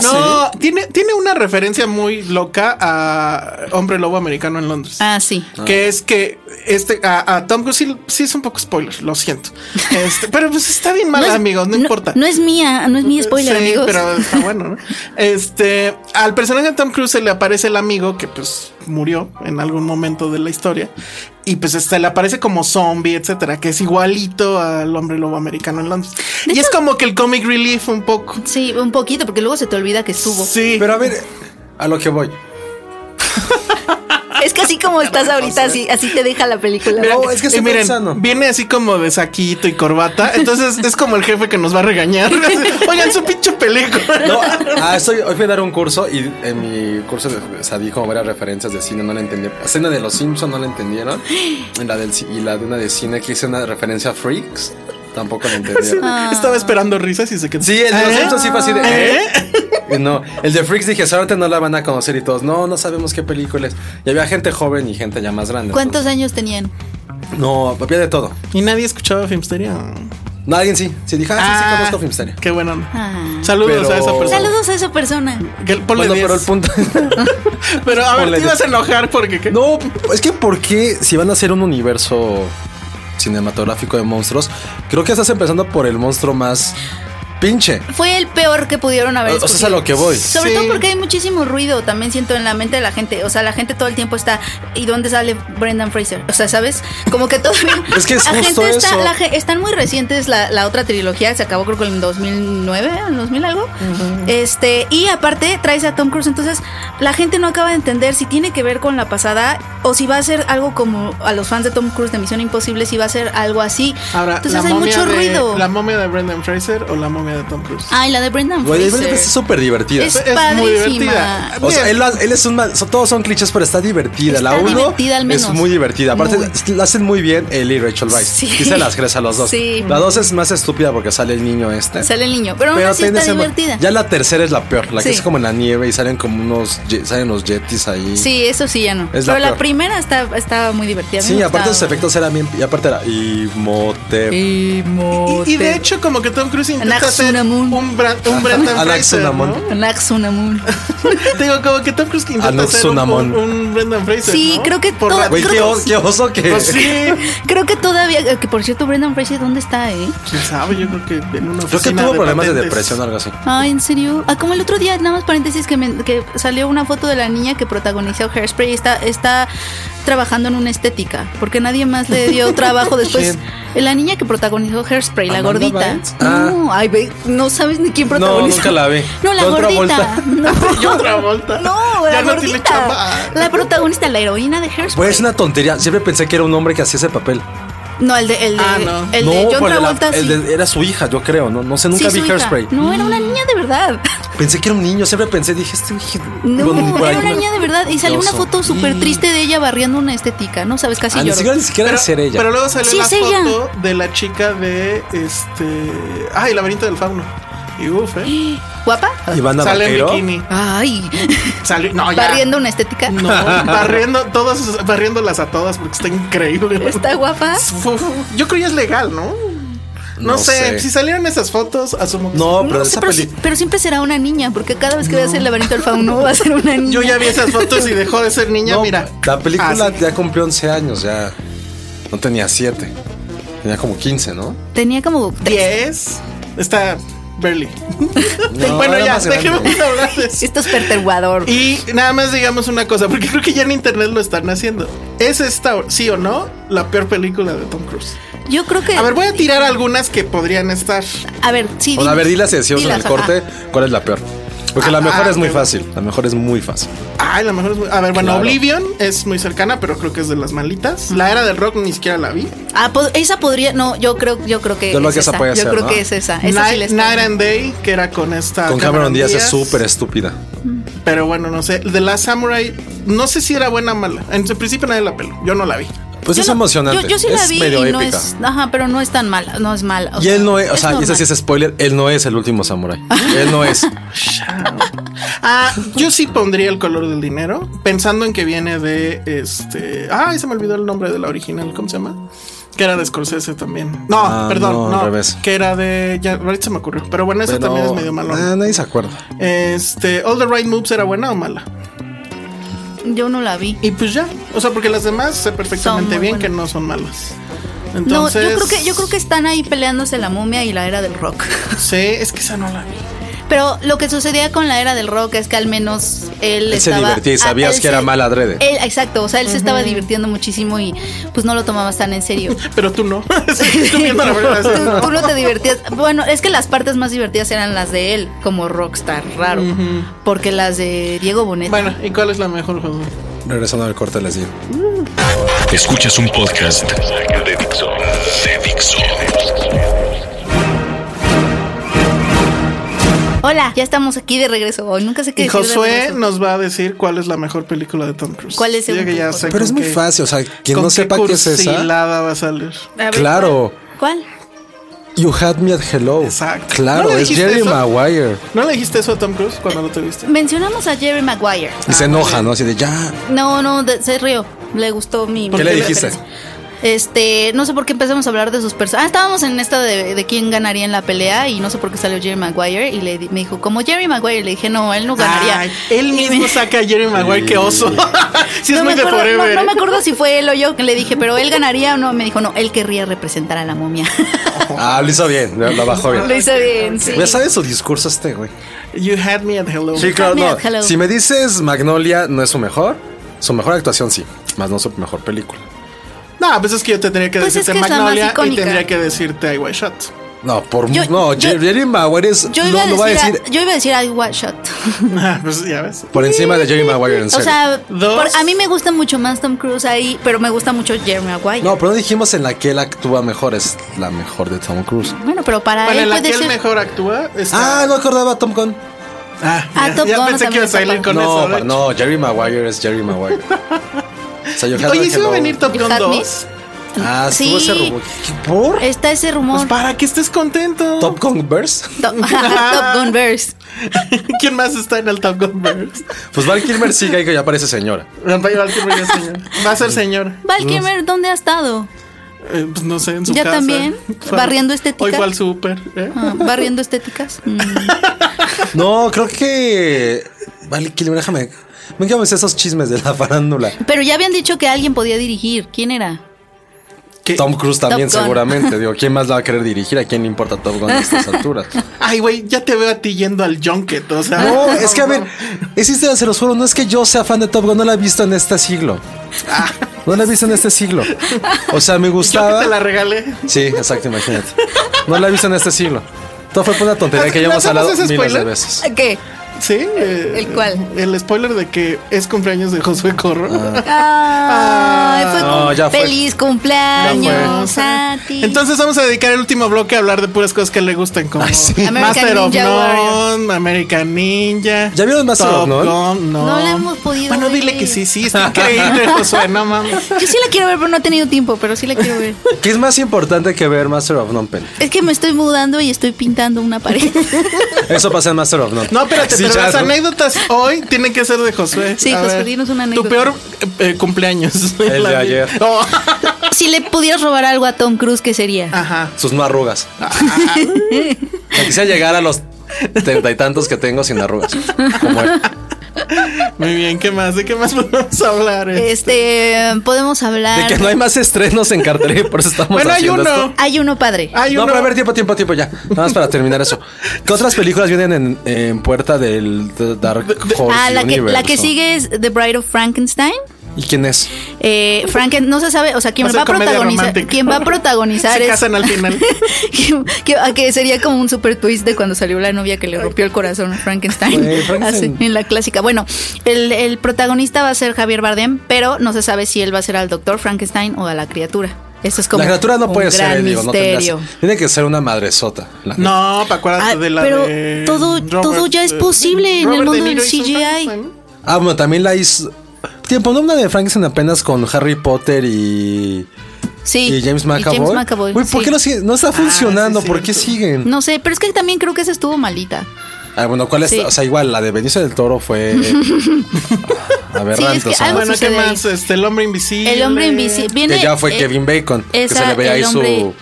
no, tiene, tiene una referencia muy loca a Hombre Lobo Americano en Londres. Ah, sí. Que es que este a, a Tom Cruise sí, sí es un poco spoiler, lo siento. Este, pero pues está bien mal, es- amigos, no, importa. No es mía, no es mi spoiler, Sí, amigos. Pero está bueno, ¿no? Este, al personaje de Tom Cruise se le aparece el amigo que pues murió en algún momento de la historia. Y pues este, le aparece como zombie, etcétera, que es igualito al hombre lobo americano en Londres. y es como que el comic relief un poco. Sí, un poquito, porque luego se te olvida que estuvo. Sí. Pero a ver, a lo que voy. Es que así como estás ahorita, así, así te deja la película. Oh, Mira, No, es que estoy miren, pensando. viene así como de saquito y corbata. Entonces es como el jefe que nos va a regañar. [laughs] Oigan, su pinche [laughs] película. No, ah, estoy, hoy fui a dar un curso y en mi curso de- o sea, di como varias referencias de cine, no la entendí. La escena de los Simpsons no la entendieron. Y la, del, ci- y la de una de cine que hice una referencia a Freaks, tampoco la entendieron. Ah. Estaba esperando risas y se quedó. Sí, el de los ¿Eh? Simpsons sí fue así de. ¿Eh? ¿eh? Y No, el de Freaks dije, ahorita no la van a conocer y todos. No, no sabemos qué película es. Y había gente joven y gente ya más grande. ¿Cuántos años tenían? entonces- No, había de todo. Y nadie escuchaba Filmsteria. No, alguien sí. Sí, dije, ah, sí, sí, Ah, conozco Filmsteria. Qué buena onda. Ah. Saludos Pero- a esa persona. Saludos a esa persona. Que- ponle Bueno, pero el 10. punto. [laughs] Pero a ver, ponle te ibas a enojar porque. ¿qué? No, es que porque si van a hacer un universo cinematográfico de monstruos, creo que estás empezando por el monstruo más pinche. Fue el peor que pudieron haber O sea, es a escogido. lo que voy. Sobre Sí. todo porque hay muchísimo ruido, también siento en la mente de la gente. O sea, la gente todo el tiempo está. ¿Y dónde sale Brendan Fraser? O sea, ¿sabes? Como que todavía. Es que es la justo gente está, eso. la ge- están muy recientes. La, la otra trilogía se acabó, creo que en 2009, en 2000 algo. Este. Y aparte, traes a Tom Cruise. Entonces, la gente no acaba de entender si tiene que ver con la pasada o si va a ser algo como a los fans de Tom Cruise de Misión Imposible, si va a ser algo así. Ahora, Entonces, la hay momia mucho de- ruido. Ah. ¿La momia de Brendan Fraser o la momia de Tom Cruise? Ay, la de Brendan Güey, es Fraser. es súper divertida. Es, Es muy padrísima. divertida. O sea, él, él es un mal- son- todos son clichés, pero está divertida. Está la uno divertida al menos. es muy divertida. Aparte, Muy. la hacen muy bien él y Rachel Rice. Sí. Y se las crees a los dos. Sí. La dos es más estúpida porque sale el niño este. Sale el niño, pero, aún así tiene está ese- divertida. Ya la tercera es la peor, la que Sí. es como en la nieve y salen como unos ye- salen los yetis ahí. Sí, eso sí ya no. Es la pero la peor. primera está, está muy divertida. A mí Sí, me aparte gustaba. sus efectos eran bien. Y aparte era. Y mote. Y, y de hecho, como que Tom Cruise intenta Anaxuna hacer Moon. un, Bra- un Brendan Anaxuna Fraser. ¿no? Moon. [laughs] Anaxunamul. Te [laughs] Digo, como que Tom Cruise que Ah, intenta hacer un, Anaxuna Moon. un, un Brendan Fraser. Sí, ¿no? creo que Por todo- la- Güey, creo qué, que os- sí. qué oso que. Pues sí. [laughs] Creo que todavía, que por cierto, Brendan Fraser, ¿dónde está, eh? ¿Quién sabe? Yo creo que en [laughs] una Creo que oficina tuvo problemas de patentes. [laughs] depresión o algo así. Ay, en serio. Ah, como el otro día, nada más paréntesis, que, me- que salió una foto de la niña que protagonizó Hairspray y está, está trabajando en una estética, porque nadie más le [laughs] dio trabajo después. Eh, La niña que protagonizó Hairspray, la Amanda gordita. Bynes. Ah. No, ay, ve, no sabes ni quién protagonizó. nunca la vi. [laughs] No, la John gordita. Travolta. [laughs] No. John Travolta. No, la Ya no tiene gordita. chamba. la protagonista, la heroína de Hairspray. Güey, Pues es una tontería. Siempre pensé que era un hombre que hacía ese papel. No, el de, el de, Ah, no. el de John por la- Travolta, sí. el de- era su hija, yo creo. No, no sé, nunca Sí, vi su hija. Hairspray. No, era una niña de verdad. Pensé que era un niño, siempre pensé, dije, este dije, No, bueno, por ahí era una no- niña de verdad. Y salió Qué una oso. foto súper triste de ella barriendo una estética, ¿no? Sabes, casi Ah, ni lloro. siquiera, ni siquiera Pero, de ser ella. pero luego salió Sí, la es ella. foto de la chica de este. Ay, el laberinto del fauno. Y uff, eh. ¿Guapa? Ivana Sale en Vaquero. bikini. Ay, Sale. No, ya. barriendo una estética. No, [laughs] barriendo, todas, barriéndolas a todas porque está increíble. [laughs] ¿Está guapa? Fu- Yo creo que es legal, ¿no? No, No sé. sé. si salieron esas fotos, asumo que No, sí. pero No sé, esa pero, peli- si- pero siempre será una niña, porque cada vez que veas el laberinto del fauno va a [laughs] ser una niña. Yo ya vi esas fotos y dejó de ser niña, No, mira. La película Ah, sí. ya cumplió 11 años, ya. No tenía 7. Tenía como 15, ¿no? Tenía como 10. 10. Está Berly. No, bueno, era ya, más grande. dejemos de hablar de eso. Esto es perturbador. Y nada más digamos una cosa, porque creo que ya en internet lo están haciendo. ¿Es esta, o- sí o no, la peor película de Tom Cruise? Yo creo que. A ver, voy a tirar algunas que podrían estar. A ver, sí. Bueno, a dinos. ver, dilas y decimos en Dilas, el corte ajá. cuál es la peor. Porque la mejor Ah, es muy ok. fácil. La mejor es muy fácil. Ay, la mejor es muy- A ver, bueno, Claro. Oblivion es muy cercana, pero creo que es de las malitas. La era del rock ni siquiera la vi. Ah, po- esa podría. No, yo creo, yo creo que. Yo creo es que esa puede Yo ser, creo ¿no? que es esa. Esa sí Night, la está- Night and Day, que era con esta. Con Cameron Díaz es súper estúpida. Pero bueno, no sé. The Last Samurai, no sé si era buena o mala. En su principio nadie la peló. Yo no la vi. Pues Yo es no- emocionante. Yo, yo sí es la vi medio y no épica. es. Ajá, pero no es tan mala. No es mala. o Y sea, él no es, o sea, y ese normal. sí es spoiler, él no es el último [laughs] samurái. Él no es. [laughs] Ah, yo sí pondría el color del dinero, pensando en que viene de este. Ay, se me olvidó el nombre de la original. ¿Cómo se llama? Que era de Scorsese también. No, Ah, perdón, no, no. al revés. Que era de. Ya, ahorita se me ocurrió. Pero bueno, eso Pero- también es medio malo. Ah, nadie se acuerda. Este, All the Right Moves era buena o mala. Yo no la vi. Y pues ya, o sea, porque las demás sé perfectamente muy bien buenas. que no son malas. Entonces, No, yo creo que yo creo que están ahí peleándose la momia y la era del rock. [laughs] Sí, es que esa no la vi. Pero lo que sucedía con la era del rock es que al menos él, Él se estaba- divertía y sabías ah, él que era se- mal adrede. él- exacto, o sea, él se estaba divirtiendo muchísimo y pues no lo tomabas tan [laughs] en serio. Pero tú no. [laughs] Sí, tú [laughs] viendo la película, sí, Tú- no. tú no te divertías. Bueno, es que las partes más divertidas eran las de él como rockstar raro, porque las de Diego Bonet. Bueno, ¿y cuál es la mejor Josué? Regresando al corte les digo. Escuchas un podcast de Dixo. De Dixo. Hola, ya estamos aquí de regreso. Hoy nunca sé qué Y decir de Josué regreso. nos va a decir cuál es la mejor película de Tom Cruise. ¿Cuál es Yo el- que ya sé Pero con es muy qué- fácil, o sea, quien con no sepa qué es esa. cursilada va a salir. A ver, Claro. ¿Cuál? You had me at hello. Exacto. Claro, ¿No le es dijiste Jerry eso? Maguire. ¿No le dijiste eso a Tom Cruise cuando lo tuviste? Mencionamos a Jerry Maguire. Y Ah, se enoja, ¿no? Así de ya. No, no, de- se rió. Le gustó mi. ¿Qué mi le referencia. dijiste? Este, no sé por qué empezamos a hablar de sus personas. Ah, estábamos en esta de, de quién ganaría en la pelea y no sé por qué salió Jerry Maguire y le di- me dijo, como Jerry Maguire, le dije, no, él no ganaría. Ay, él mismo saca a Jerry Maguire, que oso. [laughs] sí, es [laughs] no, muy me de acuerdo, no, Forever. no me ¿eh? acuerdo si fue él o yo que le dije, pero él ganaría o no. Me dijo, no, él querría representar a la momia. [laughs] Ah, lo hizo bien, lo lo bajó Lo bien. hice bien, sí. Ya sabes su discurso este, güey. You had me at hello. Sí, claro, mira, no. hello. Si me dices Magnolia no es su mejor, su mejor actuación sí, más no su mejor película. No, pues es que yo te tendría que Pues es decirte que es la más Magnolia y icónica. tendría que decirte I White Shot. [laughs] No, por Yo- no, yo- Jer- Jerry Maguire es Yo no iba, lo a va a decir, decir a- yo iba a decir I One Shot. Ah, pues ya ves. por encima de Jerry Maguire en O serio. sea, Dos. por- a mí me gusta mucho más Tom Cruise ahí, pero me gusta mucho Jerry Maguire. no, pero no dijimos en la que él actúa mejor, es la mejor de Tom Cruise. Bueno, pero para Bueno, él la que puede él ser. mejor actúa está. Ah, no acordaba Tom Con. Ah, Ah, ya, Top ya Gun pensé que también iba a está salir padre. con no, eso. ¿eh? para- de no, Jerry Maguire es Jerry [laughs] Maguire. O sea, yo hecho. creo Oye, que ¿y si va no. a venir Top You Gun had me. 2? Ah, estuvo Sí. ese rumor. ¿Qué- ¿Por? Está ese rumor. Pues para que estés contento. [laughs] Top Gun Verse. [laughs] Top, Top Gun Verse. ¿Quién más está en el Top Gun [laughs] Birds? Pues Val Kilmer sigue ahí que ya parece señora. Va a ser señor. Val Pues- Kilmer, ¿dónde ha estado? Eh, pues no sé, en su Ya casa. [laughs] también, Fue- barriendo estética. Hoy fue al súper. ¿eh? Ah, ¿Barriendo estéticas? Mm. No, creo que. Vale, Kilmer, déjame. Venga, me sé esos chismes de la farándula. [laughs] Pero ya habían dicho que alguien podía dirigir. ¿Quién era? ¿Qué? Tom Cruise también, Top Gun. seguramente. Digo, ¿quién más la va a querer dirigir? ¿A quién le importa Top Gun a [laughs] estas alturas? Ay, güey, ya te veo a ti yendo al junket. O sea, Ah. No, es que a ver, existe la se los juro, no es que yo sea fan de Top Gun, no la he visto en este siglo. No la he visto en este siglo. O sea, me [laughs] Yo que gustaba. te la regalé. Sí, exacto, imagínate. No la he visto en este siglo. Todo fue por una tontería que ya ¿No hemos hacemos hablado ese miles de spoiler? veces. ¿Qué? Sí. eh, ¿El cuál? El spoiler de que es cumpleaños de Josué Corro. Ay, fue Ah, No, cum- ya fue. feliz Ya fue. cumpleaños a ti. Pues, Entonces vamos a dedicar el último bloque a hablar de puras cosas que le gustan como Ay, sí. American Master of Ninja None, Warrior. American Ninja. ¿Ya vieron Master Top of None? Gun, no. No la hemos podido Bueno, dile ver. que sí, sí, está increíble, Josué, no mames. Yo sí la quiero ver, pero no he tenido tiempo, pero sí la [laughs] quiero ver. ¿Qué es más importante que ver Master of None Pen? Es que me estoy mudando y estoy pintando una pared. Eso pasa en Master of None. No, [laughs] espérate, Sí, pero ya, las ¿no? anécdotas hoy tienen que ser de Josué. Sí, A Josué, ver, dinos una anécdota. Tu peor eh, eh, cumpleaños. El de ayer. Oh, [laughs] si le pudieras robar algo a Tom Cruise, ¿qué sería? Ah, Ajá. Sus no arrugas. [laughs] O sea, Quisiera llegar a los treinta y tantos que tengo sin arrugas. Como él. Muy bien, ¿qué más? ¿De qué más podemos hablar? eh? Este, podemos De hablar. que no hay más estrenos en cartelera y por eso estamos Bueno, hay haciendo uno. esto. Hay uno padre. Hay no, uno- pero a ver, tiempo, tiempo, tiempo, ya. Nada más para terminar eso. ¿Qué otras películas vienen en, en puerta del Dark Horse Ah, la que, la que Universe? sigue es The Bride of Frankenstein. ¿Y quién es? eh, Franken, no se sabe, o sea, quien Va a va a ser comedia protagonizar, romántica. quien [laughs] va a protagonizar Se es- casan al final. [laughs] que, que- a que sería como un super twist de cuando salió la novia que le rompió el corazón a Frankenstein. Güey, Frankenstein. [laughs] Así, en la clásica. Bueno, el, el protagonista va a ser Javier Bardem, pero no se sabe si él va a ser al doctor Frankenstein o a la criatura. Eso es como la criatura no un puede ser, gran él, digo, no tendría- misterio. Tiene que ser una madresota. la neta. No, para acuérdate Ah, de la pero de todo- Robert, todo ya es eh, posible en Robert el mundo De del Niro hizo CGI. Frankenstein. Ah, bueno, también la hizo. Tiempo, no una de Frankenstein apenas con Harry Potter y, Sí. y James McAvoy. James McAvoy, Güey, ¿por sí. qué lo siguen? No está funcionando, sí, ¿por qué siguen? No sé, pero es que también creo que esa estuvo malita. Ah, bueno, ¿cuál es? Sí. O sea, igual, la de Benicio del Toro [laughs] fue. aberrante, Sí, es que o sea, algo Bueno, ¿qué sucede ahí. más? Este, el hombre invisible. El hombre invisible. Viene, que ya fue eh, Kevin Bacon. que se esa, le veía ahí el hombre- su.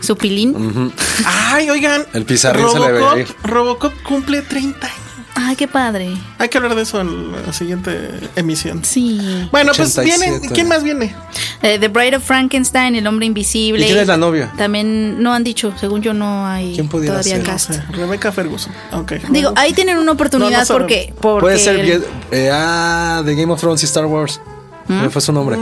Su pilín. Ay, oigan. El pizarrín se le ve Robocop- ahí. Robocop cumple 30 años. Ay, qué padre. Hay que hablar de eso en la siguiente emisión. Sí. Bueno, pues 87. vienen. ¿Quién más viene? Eh, The Bride of Frankenstein, El Hombre Invisible. ¿Y quién es la novia? También no han dicho, según yo no hay ¿Quién pudiera todavía ser? cast. Sí, Rebeca Ah, Ferguson. Ok. Digo, ahí tienen una oportunidad No, no saben. porque, porque... Puede ser. el- bien- eh, ah, de Game of Thrones y Star Wars. ¿Mm? ¿Cuál fue su nombre?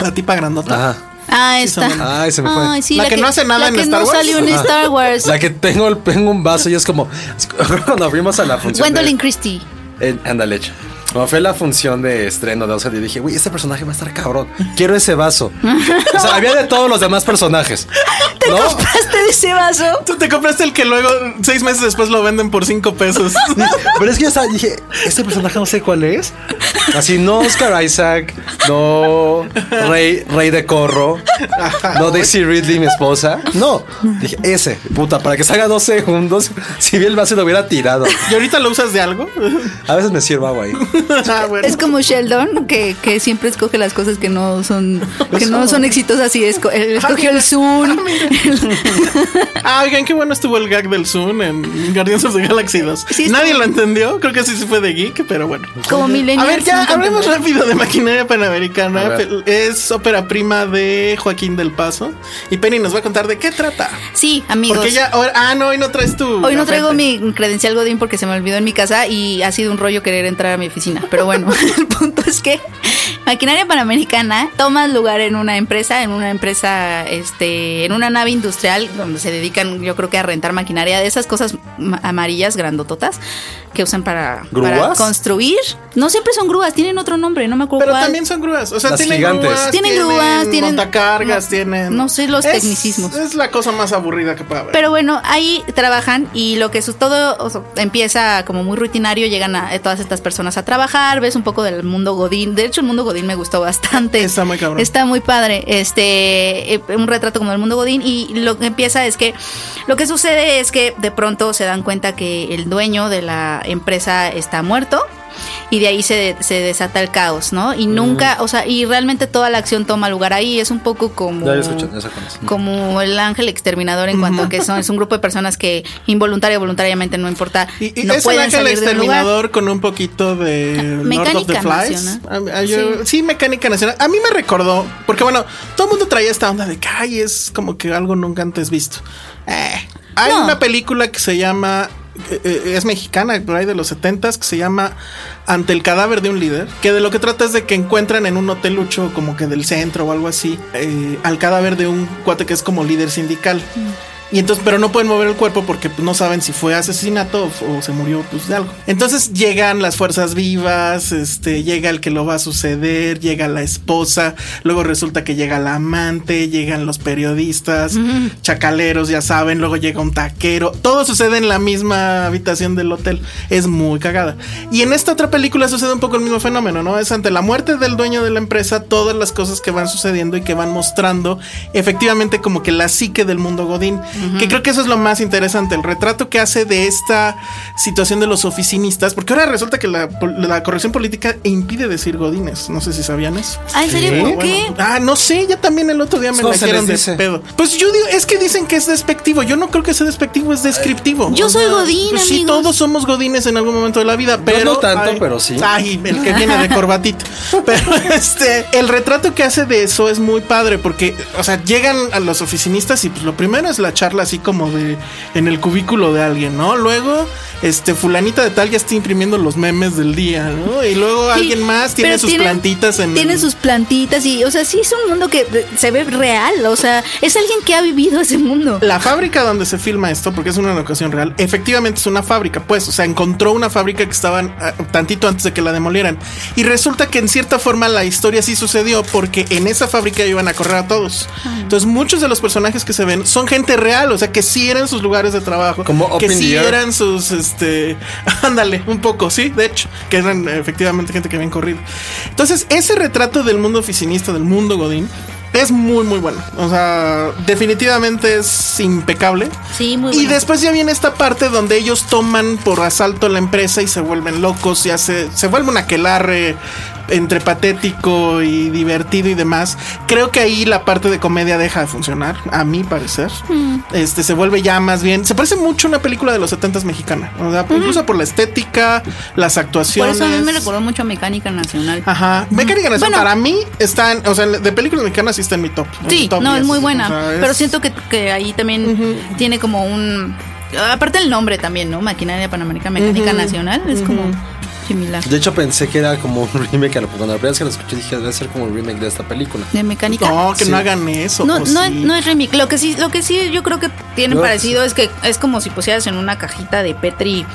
La tipa grandota. Ajá. Ah, Sí, está. son- Ay, se me fue. Ay, sí, La que no hace nada la en que Star no [laughs] Wars. salió en Star Wars. La que tengo, el- tengo un vaso y es como. [laughs] cuando abrimos a la función. Gwendolyn de- Christie. Eh, Ándale, hecho. Como fue la función de estreno de Oscar, yo dije, uy, este personaje va a estar cabrón. Quiero ese vaso. o sea, había de todos los demás personajes. ¿No? ¿Compraste ese vaso? Tú te compraste el que luego, seis meses después, lo venden por cinco [laughs] pesos. Pero es que yo estaba, dije, este personaje no sé cuál es. Así, no Oscar Isaac, no Rey, Rey de Corro, no Daisy Ridley, mi esposa. No. Dije, ese, puta, para que salga dos segundos, si bien el vaso lo hubiera tirado. ¿Y ahorita lo usas de algo? [laughs] A veces me sirve agua ahí. ah, bueno. Es como Sheldon, que, que siempre escoge las cosas que no son que no son exitosas. Y esco- él escogió el Zoom. Ah, oigan, qué bueno estuvo el gag del Zoom en Guardians of the Galaxy 2. Sí, está Nadie bien. lo entendió, creo que sí se fue de geek, pero bueno. [laughs] Como A millennials. ver, ya nunca hablemos entenderán. rápido de Maquinaria A Panamericana. ver. Es ópera prima de Joaquín del Paso. Y Penny nos va a contar de qué trata. Sí, amigos. Porque ya, ahora- ah, no, hoy no traes tu. Hoy no traigo gafete. mi credencial Godín porque se me olvidó en mi casa y ha sido un rollo querer entrar a mi oficina. Pero bueno, [laughs] el punto es que Maquinaria Panamericana toma lugar en una empresa, en una empresa, este, en una nave industrial donde se dedican, yo creo que a rentar maquinaria de esas cosas ma- amarillas grandototas que usan para, para ¿Grúas? construir. No siempre son grúas, tienen otro nombre, no me acuerdo Pero cuál. también son grúas. O sea, Las tienen gigantes. grúas. Tienen grúas, tienen- Montacargas, no- tienen. no sé los Es- tecnicismos. Es la cosa más aburrida que puede haber. Pero bueno, ahí trabajan y lo que su todo o sea, empieza como muy rutinario, llegan a, eh, todas estas personas a trabajar, ves un poco del mundo Godín. De hecho, el mundo Godín me gustó bastante. Está muy cabrón. Está muy padre. Este, eh, un retrato como el mundo Godín y lo que empieza es que lo que sucede es que de pronto se dan cuenta que el dueño de la empresa está muerto. Y de ahí se, se desata el caos, ¿no? Y nunca, o sea, y realmente toda la acción toma lugar ahí. Es un poco como Ya lo escuché, ya sé cuál es. como el ángel exterminador en cuanto a que son es un grupo de personas que involuntaria o voluntariamente no importa Y, y no es el pueden ángel salir del lugar exterminador con un poquito de Lord of the mecánica Flies. nacional. A- a- yo- sí. mecánica nacional. A mí me recordó, porque bueno, todo el mundo traía esta onda de que ay, es como que algo nunca antes visto. Eh, hay No. una película que se llama, eh, eh, es mexicana, por ahí de los 70 que se llama Ante el cadáver de un líder, que de lo que trata es de que encuentran en un hotelucho como que del centro o algo así, eh, al cadáver de un cuate que es como líder sindical. Mm. Y entonces, pero no pueden mover el cuerpo porque pues, no saben si fue asesinato o, o se murió pues, de algo. Entonces llegan las fuerzas vivas, este, llega el que lo va a suceder, llega la esposa, luego resulta que llega la amante, llegan los periodistas, chacaleros, ya saben, luego llega un taquero. Todo sucede en la misma habitación del hotel. Es muy cagada. Y en esta otra película sucede un poco el mismo fenómeno, ¿no? Es ante la muerte del dueño de la empresa, todas las cosas que van sucediendo y que van mostrando efectivamente como que la psique del mundo Godín. Que creo que eso es lo más interesante, el retrato que hace de esta situación de los oficinistas, porque ahora resulta que la, pol- la corrección política impide decir Godines. No sé si sabían eso. ah en serio Sí. por Bueno, qué ah, no sé, ya también el otro día me No la se les hicieron de dice. pedo. Pues yo digo, es que dicen que es despectivo. Yo no creo que sea despectivo, es descriptivo. Yo O sea, soy godín, ah, pues sí, amigos. todos somos godines en algún momento de la vida, pero. no tanto, pero sí. Ay, el que viene de [laughs] corbatito. pero este, el retrato que hace de eso es muy padre porque, o sea, llegan a los oficinistas y pues lo primero es la charla sacarla así como de en el cubículo de alguien, ¿no? Luego, este fulanita de tal ya está imprimiendo los memes del día, ¿no? Y luego Sí, alguien más tiene pero sus plantitas en Tiene el- sus plantitas y, o sea, sí es un mundo que se ve real, o sea, es alguien que ha vivido ese mundo. La fábrica donde se filma esto, porque es una locación real, efectivamente es una fábrica, pues, o sea, encontró una fábrica que estaban ah, tantito antes de que la demolieran. Y resulta que en cierta forma la historia sí sucedió porque en esa fábrica iban a correr a todos. Entonces muchos de los personajes que se ven son gente real, o sea, que sí eran sus lugares de trabajo, Como Up que in sí the Air. eran sus, este, [laughs] ándale, un poco, sí, de hecho, que eran eh, efectivamente gente que habían corrido. Entonces, ese retrato del mundo oficinista, del mundo Godín, es muy, muy bueno. O sea, definitivamente es impecable. Sí, muy Y bueno. después ya viene esta parte donde ellos toman por asalto la empresa y se vuelven locos, ya se, se vuelve un aquelarre entre patético y divertido y demás. Creo que ahí la parte de comedia deja de funcionar, a mi parecer. Mm. Este se vuelve ya más bien. Se parece mucho a una película de los 70 mexicana. O sea, incluso por la estética, las Por actuaciones. eso a mí me recordó mucho a Mecánica Nacional. Ajá. Mecánica Nacional Bueno. para mí está en, o sea, de películas mexicanas sí está en mi top. en mi Sí, top no, 10. es muy O buena. sea, es- Pero siento que, que ahí también tiene como un. Aparte el nombre también, ¿no? Maquinaria Panamericana Mecánica Nacional. Es como similar. De hecho, pensé que era como un [laughs] remake. a la- Cuando la primera vez que lo escuché, dije, debe ser como un remake de esta película. De mecánica. No, que Sí. no hagan eso. No, o no, es- sí. no es remix. Lo que sí, lo que sí yo creo que tienen No, parecido es que es como si pusieras en una cajita de Petri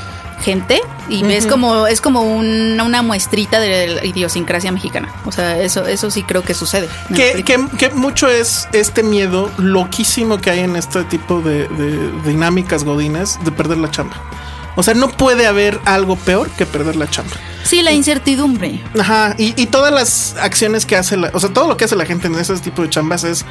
gente y ves como es como un- una muestrita de la idiosincrasia mexicana. O sea, eso eso sí creo que sucede. en la que, película. que- que mucho es este miedo loquísimo que hay en este tipo de, de dinámicas godines de perder la chamba. O sea, no puede haber algo peor que perder la chamba. Sí, la incertidumbre. Ajá, y, y todas las acciones que hace, la- o sea, todo lo que hace la gente en ese tipo de chambas es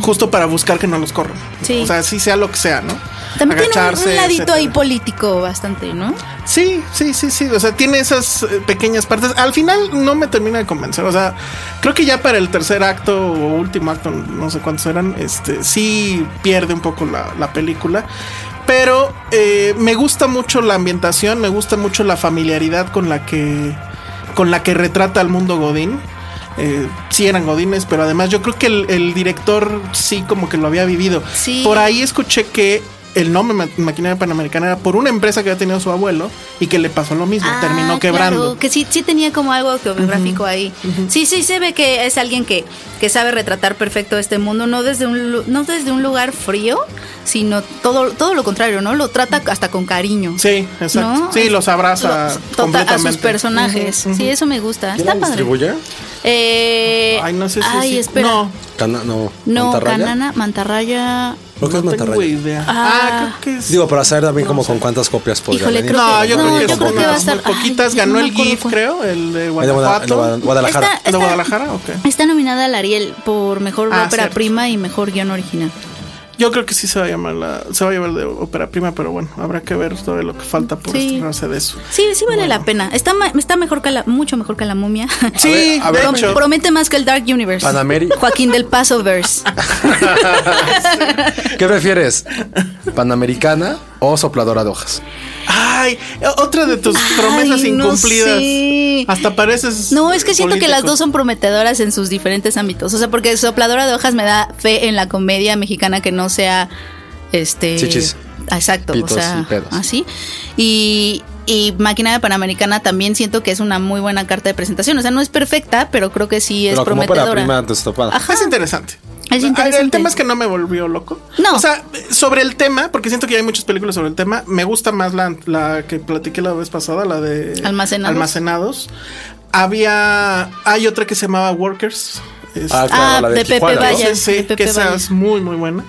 justo para buscar que no los corran. Sí. O sea, sí sea lo que sea, ¿no? También tiene un- un, Agacharse, ladito ahí etcétera. político bastante, ¿no? Sí, sí, sí, sí. O sea, tiene esas eh, pequeñas partes. Al final no me termina de convencer. O sea, creo que ya para el tercer acto o último acto, no sé cuántos eran, este sí pierde un poco la, la película. Pero eh, me gusta mucho la ambientación, me gusta mucho la familiaridad con la que, con la que retrata al mundo Godín. Eh, sí eran Godines, pero además yo creo que el, el director sí como que lo había vivido. Sí. Por ahí escuché que el nombre ma- Maquinaria Panamericana era por una empresa que había tenido su abuelo y que le pasó lo mismo, Ah, terminó claro, quebrando. que sí, sí tenía como algo autobiográfico ahí. Sí, sí, se ve que es alguien que, que sabe retratar perfecto este mundo, no desde un lu- no desde un lugar frío, sino todo, todo lo contrario, ¿no? Lo trata hasta con cariño. Sí, exacto. ¿no? Sí, los abraza Lo- total- completamente. a sus personajes. Sí, eso me gusta. ¿Quién Está la padre. distribuye? Eh, Ay, no sé si ay, sí. espera. No, Cana- no. No, ¿Mantarraya? Canana, Mantarraya. Creo que es no tengo Mantarraya. idea. Ah. Ah, creo que sí. Digo, para saber también como con cuántas copias podría Híjole, venir. Ah, no, creo que- yo no, creo que, yo es creo que como va a unas estar- muy poquitas. ay, Ganó no me el acuerdo GIF, cuál. creo, el de El de Guada- el de Guanajuato. Guada- Guadalajara. Esta- ¿De Guadalajara? Ok. Está nominada al Ariel por mejor Ah, ópera cierto. prima y mejor guión original. Yo creo que sí se va a llamar la, se va a llevar de ópera prima, pero bueno, habrá que ver todavía lo que falta por Sí. estrenarse de eso. Sí, sí vale la pena. Está, ma- está mejor que la, mucho mejor que la momia. Sí, a [laughs] ver, de a Prom- hecho. promete más que el Dark Universe. Panameri- [laughs] Joaquín del [laughs] Paso Verse. ¿Qué prefieres? ¿Panamericana o sopladora de hojas? Ay, otra de tus promesas Ay, no incumplidas. sé. Hasta pareces. No, es que siento que las político. dos son prometedoras en sus diferentes ámbitos. O sea, porque Sopladora de Hojas me da fe en la comedia mexicana que no sea este. Chichis. Exacto. Pitos o sea, y pedos. así. Y, y Máquina Panamericana también siento que es una muy buena carta de presentación. O sea, no es perfecta, pero creo que sí es Pero como para prometedora. prima destopada. Ajá. Es interesante. Es interesante. El tema es que no me volvió loco. No. O sea, sobre el tema, porque siento que hay muchas películas sobre el tema, me gusta más la, la que platiqué la vez pasada, la de Almacenados. Almacenados. Había. Hay otra que se llamaba Workers. Es- Ah, claro, Ah, la de de Pepe Tijuana, ¿no? Valle. Sí, sí, de Pepe que esa Valle. es muy, muy buena.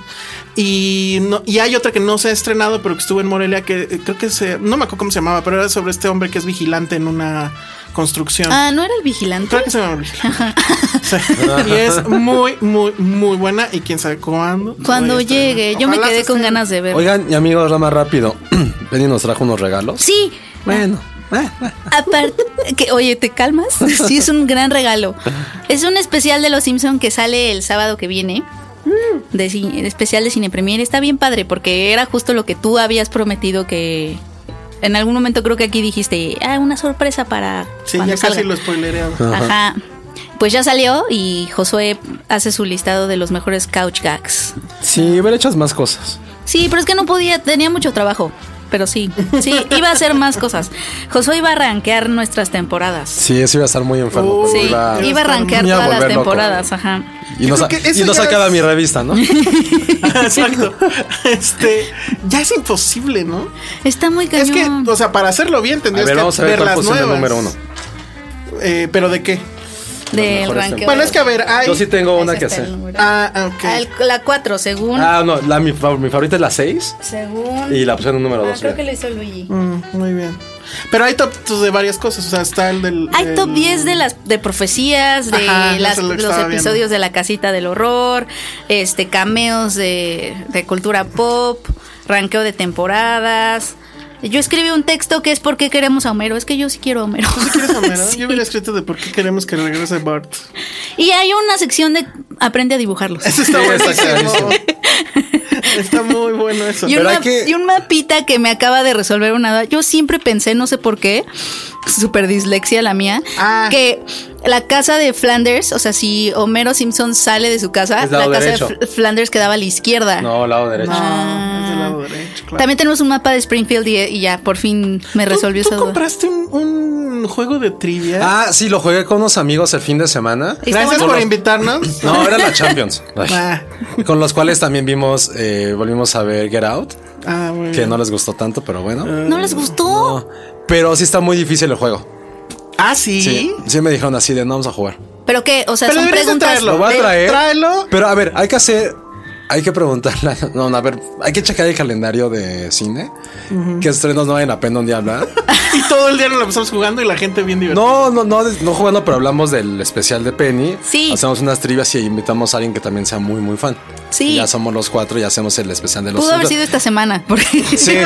Y, no- y hay otra que no se ha estrenado, pero que estuvo en Morelia, que eh, creo que se. No me acuerdo cómo se llamaba, pero era sobre este hombre que es vigilante en una construcción. Ah, ¿no era el vigilante? Creo que se me olvidó. Sí. Y es muy, muy, muy buena. Y quién sabe cuándo. Cuando voy a estrenar. llegue, yo me este, Ojalá quedé se con estrene. ganas de ver. Oigan, y amigos, ahora más rápido. [clears throat] Penny nos trajo unos regalos. Sí, Bueno, eh, eh. Aparte, que, oye, [laughs] ¿te calmas? Sí, es un gran regalo. Es un especial de Los Simpson que sale el sábado que viene. Mm. De ci- el especial de Cine Premier. Está bien padre porque era justo lo que tú habías prometido que... En algún momento creo que aquí dijiste, ah, una sorpresa para... Sí, cuando ya casi salga". lo spoilereaba. [laughs] Ajá. Pues ya salió y Josué hace su listado de los mejores couch gags. sí, hubiera hecho más cosas. Sí, pero es que no podía, tenía mucho trabajo. Pero sí, sí, iba a hacer más cosas. Josué iba a rankear nuestras temporadas. Sí, eso iba a estar muy enfermo. pero Sí, iba- iba a rankear me iba a todas las volver loco. temporadas, ajá. Y Yo no, sa- creo que eso y no ya sacaba es- mi revista, ¿no? Exacto. Este, ya es imposible, ¿no? Está muy cañón. Es que, o sea, para hacerlo bien A tendrías ver, que vamos a ver ver cuál las posición nuevas. el número uno. Eh, ¿Pero de qué? del mejores ranking. Bueno, es que a ver, hay. Yo sí tengo una Ese que está hacer. el número. Ah, ah, ok. Ah, el- la 4, según. Ah, no, la, mi, fa- mi favorita es la 6 según. y la opción número Ah, 2. creo que lo hizo Luigi. Mm, muy bien. Pero hay top de varias cosas. O sea, está el del. Hay el- top 10 de las de profecías, de Eh, Ajá, las- eso es lo que los estaba episodios viendo. de la casita del horror, este cameos de, de cultura pop, ranqueo de temporadas. Yo escribí un texto que es por qué queremos a Homero. Es que yo sí quiero a Homero. ¿Tú sí quieres saber, no? [laughs] Sí. Yo hubiera escrito de por qué queremos que regrese Bart. [laughs] Y hay una sección de aprende a dibujarlos. Eso está Sí, bueno. está clarísimo. Está muy bueno eso. Y un, Pero hay map- que- y un mapita que me acaba de resolver una duda. Yo siempre pensé, no sé por qué, super dislexia la mía, Ah. que la casa de Flanders, o sea, si Homero Simpson sale de su casa, Es la lado casa derecho. de Fl- Flanders quedaba a la izquierda. No, lado derecho. No, es del lado derecho, claro. También tenemos un mapa de Springfield y, y ya, por fin me ¿Tú- resolvió ¿Tú, esa duda. compraste un, un juego de trivia? Ah, sí, lo jugué con unos amigos el fin de semana. está Gracias bueno. por [laughs] invitarnos. No, era la Champions. Ay. Ah. Con los cuales también vimos, eh, volvimos a ver Get Out, Ah, muy que bien. no les gustó tanto, pero Mm. bueno. ¿No les gustó? Pero sí está muy difícil el juego. Ah, sí. Sí, sí me dijeron así de no vamos a jugar. ¿Pero qué? O sea, Pero son deberías de preguntas... traerlo. Lo voy a Eh, traer. tráelo. Pero a ver, hay que hacer, hay que preguntarle. [laughs] No, no, a ver, hay que checar el calendario de cine. Que estrenos no vayan a pena un día hablar. Y todo el día nos lo pasamos jugando y la gente bien divertida. No, no, no, no jugando, pero hablamos del especial de Penny. Sí. Hacemos unas trivias y invitamos a alguien que también sea muy, muy fan. Sí. Y ya somos los cuatro y hacemos el especial de los Pudo haber sido Simpsons. esta semana. porque- Sí.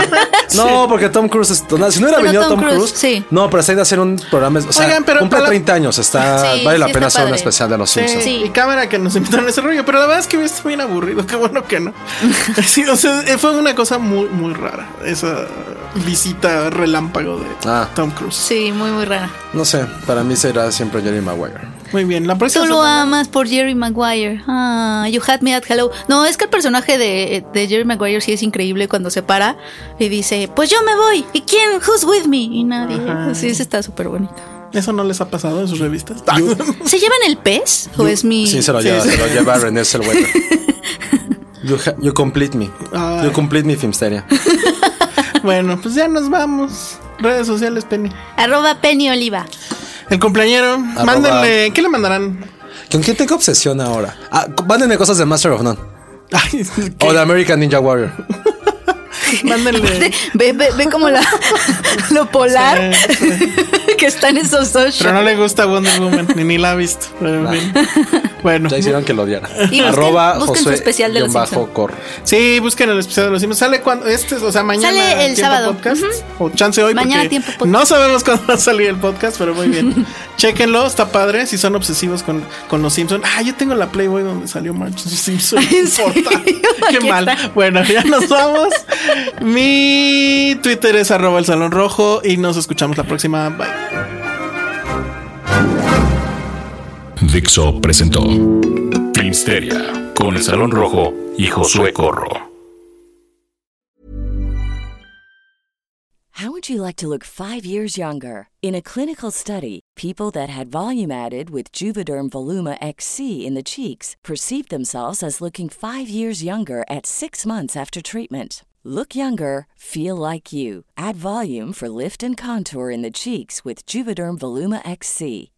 No, porque Tom Cruise. es- no, si no hubiera Pero venido Tom Tom, Cruise, Cruise. sí. No, pero está de hacer un programa. O sea, Oigan, pero- cumple pero- 30 años. Está, Sí, vale la sí pena está hacer un padre. especial de los Sí. Simpsons. Sí. Y cámara que nos invitaron a ese rollo, pero la verdad es que estuvo bien aburrido, qué bueno [laughs] que no. Sí, o sea, eh, fue una cosa muy, muy rara, esa visita relámpago de Ah. Tom Cruise. [laughs] sí, muy, muy rara. No sé, para mí será siempre Jerry Maguire. Muy bien, la próxima Tú lo semana- amas por Jerry Maguire. Ah, you had me at hello. No, es que el personaje de, de Jerry Maguire sí es increíble cuando se para y dice, pues yo me voy. ¿Y quién? ¿Who's with me? Y nadie. Sí, ese está súper bonito. ¿Eso no les ha pasado en sus revistas? ¿Se llevan el pez? ¿O es mi...? Sí, se lo lleva, sí. se lo lleva René [laughs] Zellweger. You, ha- you complete me. Ay. You complete me, Filmsteria. bueno, pues ya nos vamos. Redes sociales, Penny. Arroba [laughs] Penny Oliva. El compañero, mándenle, ¿qué le mandarán? [laughs] ¿Con quién tengo obsesión ahora? Ah, mándenme cosas de Master of None. Ay, ¿qué? O de American Ninja Warrior. Mándenle. Ve, ve, ve como la, [laughs] lo polar [laughs] que están esos dos Pero no le gusta Wonder Woman, ni, ni la ha visto. Pero, en fin. Bueno, Ya hicieron que lo odiara. busquen- Arroba busquen su Josué especial de los guión bajo Simpson. corro. Sí, busquen el especial de los Simpsons. Sale cuando este, o sea, mañana. Sale el Tiempo sábado. Podcast, Ujú. O chance hoy. Mañana porque Tiempo Podcast. No sabemos cuándo va a salir el podcast, pero muy [laughs] bien. Chéquenlo, está padre. Si son obsesivos con, con los Simpsons. Ah, yo tengo la Playboy donde salió Marge [laughs] Simpson. No [laughs] ¿En serio? importa. Qué Aquí mal. está. Bueno, ya nos vamos. Mi Twitter es arroba el salón rojo y nos escuchamos la próxima. Bye. Dixo presentó Filmsteria con el Salón Rojo y Josué Corro. How would you like to look five years younger? In a clinical study, people that had volume added with Juvederm Voluma XC in the cheeks perceived themselves as looking five years younger at six months after treatment. Look younger, feel like you. Add volume for lift and contour in the cheeks with Juvederm Voluma XC.